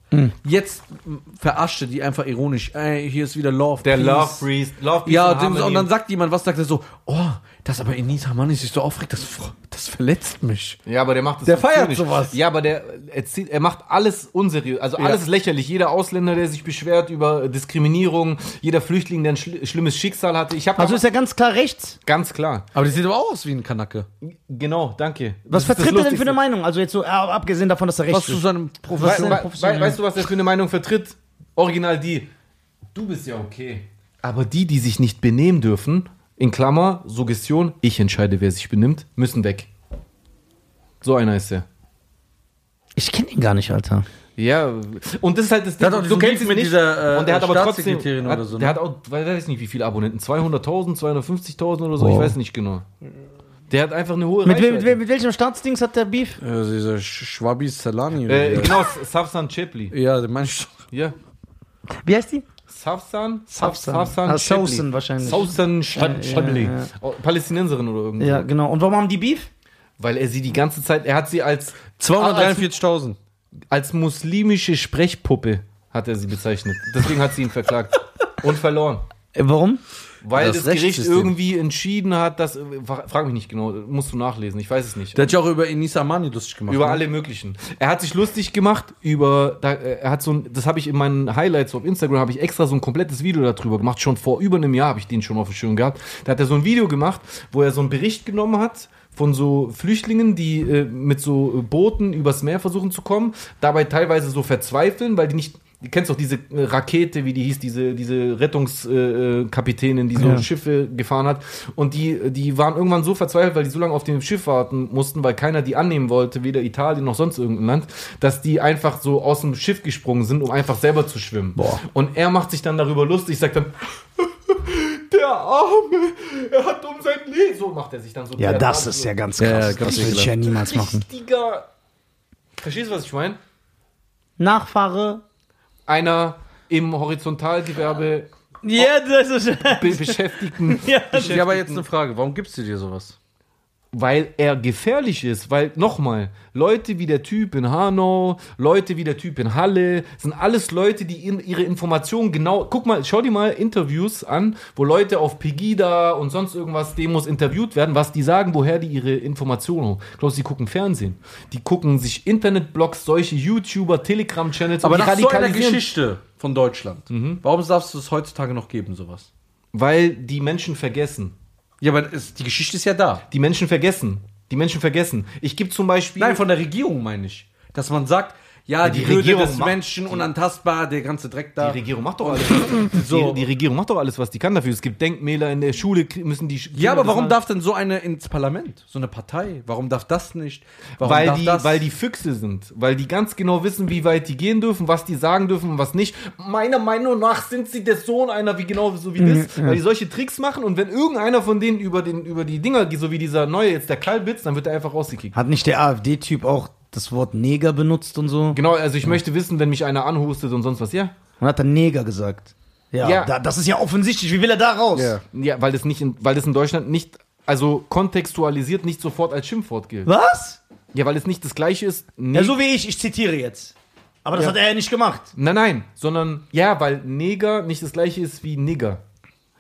Speaker 6: Jetzt m, verarscht er die einfach ironisch. Ey, hier ist wieder Love.
Speaker 2: Der
Speaker 6: Peace.
Speaker 2: Love Breeze. Love Peace
Speaker 6: Ja,
Speaker 2: and
Speaker 6: dem,
Speaker 2: Harmony.
Speaker 6: und dann sagt jemand was, sagt er so, oh, Dass aber Enis Hamani sich so aufregt, das, das verletzt mich.
Speaker 2: Ja, aber der macht das
Speaker 6: Der feiert
Speaker 2: natürlich.
Speaker 6: sowas.
Speaker 2: Ja, aber der erzählt, er macht alles unseriös. Also alles ist lächerlich. Jeder Ausländer, der sich beschwert über Diskriminierung, jeder Flüchtling, der ein schl schlimmes Schicksal hatte. Ich habe
Speaker 3: Also ist ja ganz klar rechts.
Speaker 2: ganz klar.
Speaker 6: Aber der sieht aber auch aus wie ein Kanacke.
Speaker 2: Genau, danke. Das
Speaker 3: Was
Speaker 2: ist das
Speaker 3: vertritt er denn für eine
Speaker 2: Lustigste.
Speaker 3: Meinung? Also jetzt so, ja, abgesehen davon, dass er rechts
Speaker 6: Was
Speaker 3: ist.
Speaker 6: zu seinem
Speaker 3: Was ist
Speaker 6: Professor.
Speaker 3: denn
Speaker 2: Wei- wei-
Speaker 3: professionell?
Speaker 2: weißt du, was er für eine Meinung vertritt? Original die. Du bist ja okay. Aber die, die sich nicht benehmen dürfen, in Klammer, Suggestion, ich entscheide, wer sich benimmt, müssen weg. So einer ist er.
Speaker 5: Ich kenne ihn gar nicht, Alter.
Speaker 2: Ja, und das ist halt das
Speaker 6: hat auch
Speaker 2: Ding. Du
Speaker 6: diesen
Speaker 2: kennst
Speaker 6: Beef
Speaker 2: ihn
Speaker 6: mit
Speaker 2: nicht.
Speaker 6: dieser, äh,
Speaker 2: und der hat aber trotzdem.
Speaker 6: Staatssekretärin
Speaker 2: Hat,
Speaker 6: oder so,
Speaker 2: Der
Speaker 6: ne?
Speaker 2: hat auch, weil weiß nicht, wie viele Abonnenten. 200.000, 250.000 oder so, ich weiß nicht genau. Der hat einfach eine hohe
Speaker 3: Mit, wem- mit, wem- mit welchem Staatsdings hat der Beef?
Speaker 6: Ja, dieser Sch- Schwabi Salani.
Speaker 2: äh,
Speaker 6: oder-
Speaker 2: Genau, Safsan Chepli.
Speaker 6: ja, den meine ich doch.
Speaker 2: Ja.
Speaker 3: Wie heißt die?
Speaker 2: Safsan?
Speaker 3: Safsan.
Speaker 2: Safsan
Speaker 3: Ah,
Speaker 2: Chepli.
Speaker 3: Sausan wahrscheinlich.
Speaker 2: Sausan
Speaker 3: Ja,
Speaker 2: Chep- Chepli.
Speaker 3: ja, ja.
Speaker 2: Oh, Palästinenserin oder irgendwas.
Speaker 3: Ja, genau. Und warum haben die Beef?
Speaker 2: Weil er sie die ganze Zeit, er hat sie als,
Speaker 6: 243.000.
Speaker 2: als muslimische Sprechpuppe, hat er sie bezeichnet. Deswegen hat sie ihn verklagt. Und verloren.
Speaker 3: warum?
Speaker 2: Weil
Speaker 6: Das
Speaker 2: das, Gericht
Speaker 6: Rechtssystem.
Speaker 2: irgendwie entschieden hat, dass. fra- Frag mich nicht genau, musst du nachlesen, ich weiß es nicht.
Speaker 6: Der hat ja auch über Enis Hamani lustig gemacht.
Speaker 2: über
Speaker 6: ne?
Speaker 2: alle möglichen. Er hat sich lustig gemacht über. Da, äh, er hat so ein. Das habe ich in meinen Highlights auf Instagram, habe ich extra so ein komplettes Video darüber gemacht. Schon vor über einem Jahr habe ich den schon auf dem Schirm gehabt. Da hat er so ein Video gemacht, wo er so einen Bericht genommen hat von so Flüchtlingen, die äh, mit so Booten übers Meer versuchen zu kommen, dabei teilweise so verzweifeln, weil die nicht. Du kennst doch diese äh, Rakete, wie die hieß, diese, diese Rettungskapitänin, äh, Kapitänin, die so
Speaker 3: Ja.
Speaker 2: Schiffe gefahren hat. Und die, die waren irgendwann so verzweifelt, weil die so lange auf dem Schiff warten mussten, weil keiner die annehmen wollte, weder Italien noch sonst irgendein Land, dass die einfach so aus dem Schiff gesprungen sind, um einfach selber zu schwimmen. Und er macht sich dann darüber lustig, sagt dann, der Arme, er hat um sein Leben. So macht er sich dann so.
Speaker 5: Ja,
Speaker 2: der
Speaker 5: das
Speaker 2: Arme.
Speaker 5: ist ja ganz
Speaker 6: Ja,
Speaker 5: krass.
Speaker 6: ja, ganz
Speaker 5: das würde ich ja niemals machen.
Speaker 2: Richtiger. Verstehst du, was ich meine?
Speaker 3: Nachfahre.
Speaker 2: Einer im Horizontalgewerbe
Speaker 3: Ja, das ist.
Speaker 2: be beschäftigten
Speaker 3: Ja,
Speaker 6: Ja, aber jetzt eine Frage. Warum gibst du dir sowas?
Speaker 2: Weil er gefährlich ist, weil, nochmal, Leute wie der Typ in Hanau, Leute wie der Typ in Halle, sind alles Leute, die in, ihre Informationen genau, guck mal, schau dir mal Interviews an, wo Leute auf Pegida und sonst irgendwas Demos interviewt werden, was die sagen, woher die ihre Informationen holen. Glaubst du, die gucken Fernsehen? Die gucken sich Internetblogs, solche YouTuber, Telegram-Channels,
Speaker 6: Aber
Speaker 2: die
Speaker 6: nach so einer
Speaker 2: radikalisieren-
Speaker 6: Geschichte von Deutschland, warum darfst du es heutzutage noch geben, sowas?
Speaker 2: Weil die Menschen vergessen.
Speaker 6: Ja, aber es, die Geschichte ist ja da.
Speaker 2: Die Menschen vergessen. Die Menschen vergessen. Ich gebe zum Beispiel...
Speaker 6: Nein, von der Regierung meine ich. Dass man sagt, ja, die,
Speaker 2: die
Speaker 6: Würde
Speaker 2: Regierung
Speaker 6: des
Speaker 2: macht-
Speaker 6: Menschen unantastbar, der ganze Dreck da.
Speaker 2: Die Regierung macht doch alles. was-
Speaker 6: So.
Speaker 2: die, die Regierung macht doch alles, was die kann dafür. Es gibt Denkmäler in der Schule, krie- müssen die. Sch- Kinder
Speaker 6: ja,
Speaker 2: das
Speaker 6: aber
Speaker 2: halt.
Speaker 6: warum
Speaker 2: machen.
Speaker 6: darf denn so eine ins Parlament? So eine Partei? Warum darf das nicht? Warum
Speaker 2: Weil
Speaker 6: darf
Speaker 2: die,
Speaker 6: das?
Speaker 2: weil die Füchse sind. Weil die ganz genau wissen, wie weit die gehen dürfen, was die sagen dürfen und was nicht. Meiner Meinung nach sind sie der Sohn einer, wie genau so wie
Speaker 6: Mhm,
Speaker 2: das. Weil die solche Tricks machen und wenn irgendeiner von denen über, den, über die Dinger geht, so wie dieser neue jetzt, der Kalbitz, dann wird er einfach rausgekickt.
Speaker 3: Hat nicht der AfD-Typ auch das Wort Neger benutzt und so?
Speaker 2: Genau, also ich möchte wissen, wenn mich einer anhustet und sonst was. Ja,
Speaker 3: Und hat dann Neger gesagt. Ja,
Speaker 2: Ja.
Speaker 3: Da, das ist ja offensichtlich. Wie will er da raus?
Speaker 2: ja weil, das nicht in, weil das in Deutschland nicht, also kontextualisiert nicht sofort als Schimpfwort gilt.
Speaker 3: Was?
Speaker 2: Ja, weil es nicht das gleiche ist.
Speaker 3: Ja,
Speaker 2: Nee,
Speaker 3: so wie ich. Ich zitiere jetzt. Aber das hat er ja nicht gemacht.
Speaker 2: Nein, nein, sondern ja, weil Neger nicht das gleiche ist wie Nigger.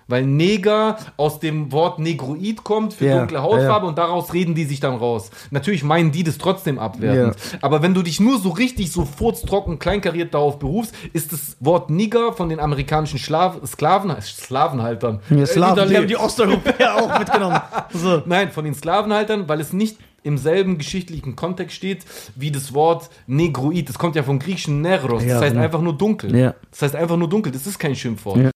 Speaker 2: Weil Neger aus dem Wort Negroid kommt für
Speaker 3: Ja,
Speaker 2: dunkle Hautfarbe und daraus reden die sich dann raus. Natürlich meinen die das trotzdem abwertend. Aber wenn du dich nur so richtig so furztrocken, kleinkariert darauf berufst, ist das Wort Nigger von den amerikanischen Schla- Sklaven, Sklavenhaltern.
Speaker 3: Wir
Speaker 2: äh,
Speaker 3: Slaven, die
Speaker 2: hinterlegt.
Speaker 3: haben die Osteuropäer auch mitgenommen. So.
Speaker 2: Nein, von den Sklavenhaltern, weil es nicht im selben geschichtlichen Kontext steht wie das Wort Negroid. Das kommt ja vom griechischen Neros. Das
Speaker 3: Ja,
Speaker 2: heißt
Speaker 3: genau.
Speaker 2: einfach nur dunkel.
Speaker 3: Ja.
Speaker 2: Das heißt einfach nur dunkel. Das ist kein Schimpfwort.
Speaker 3: Ja.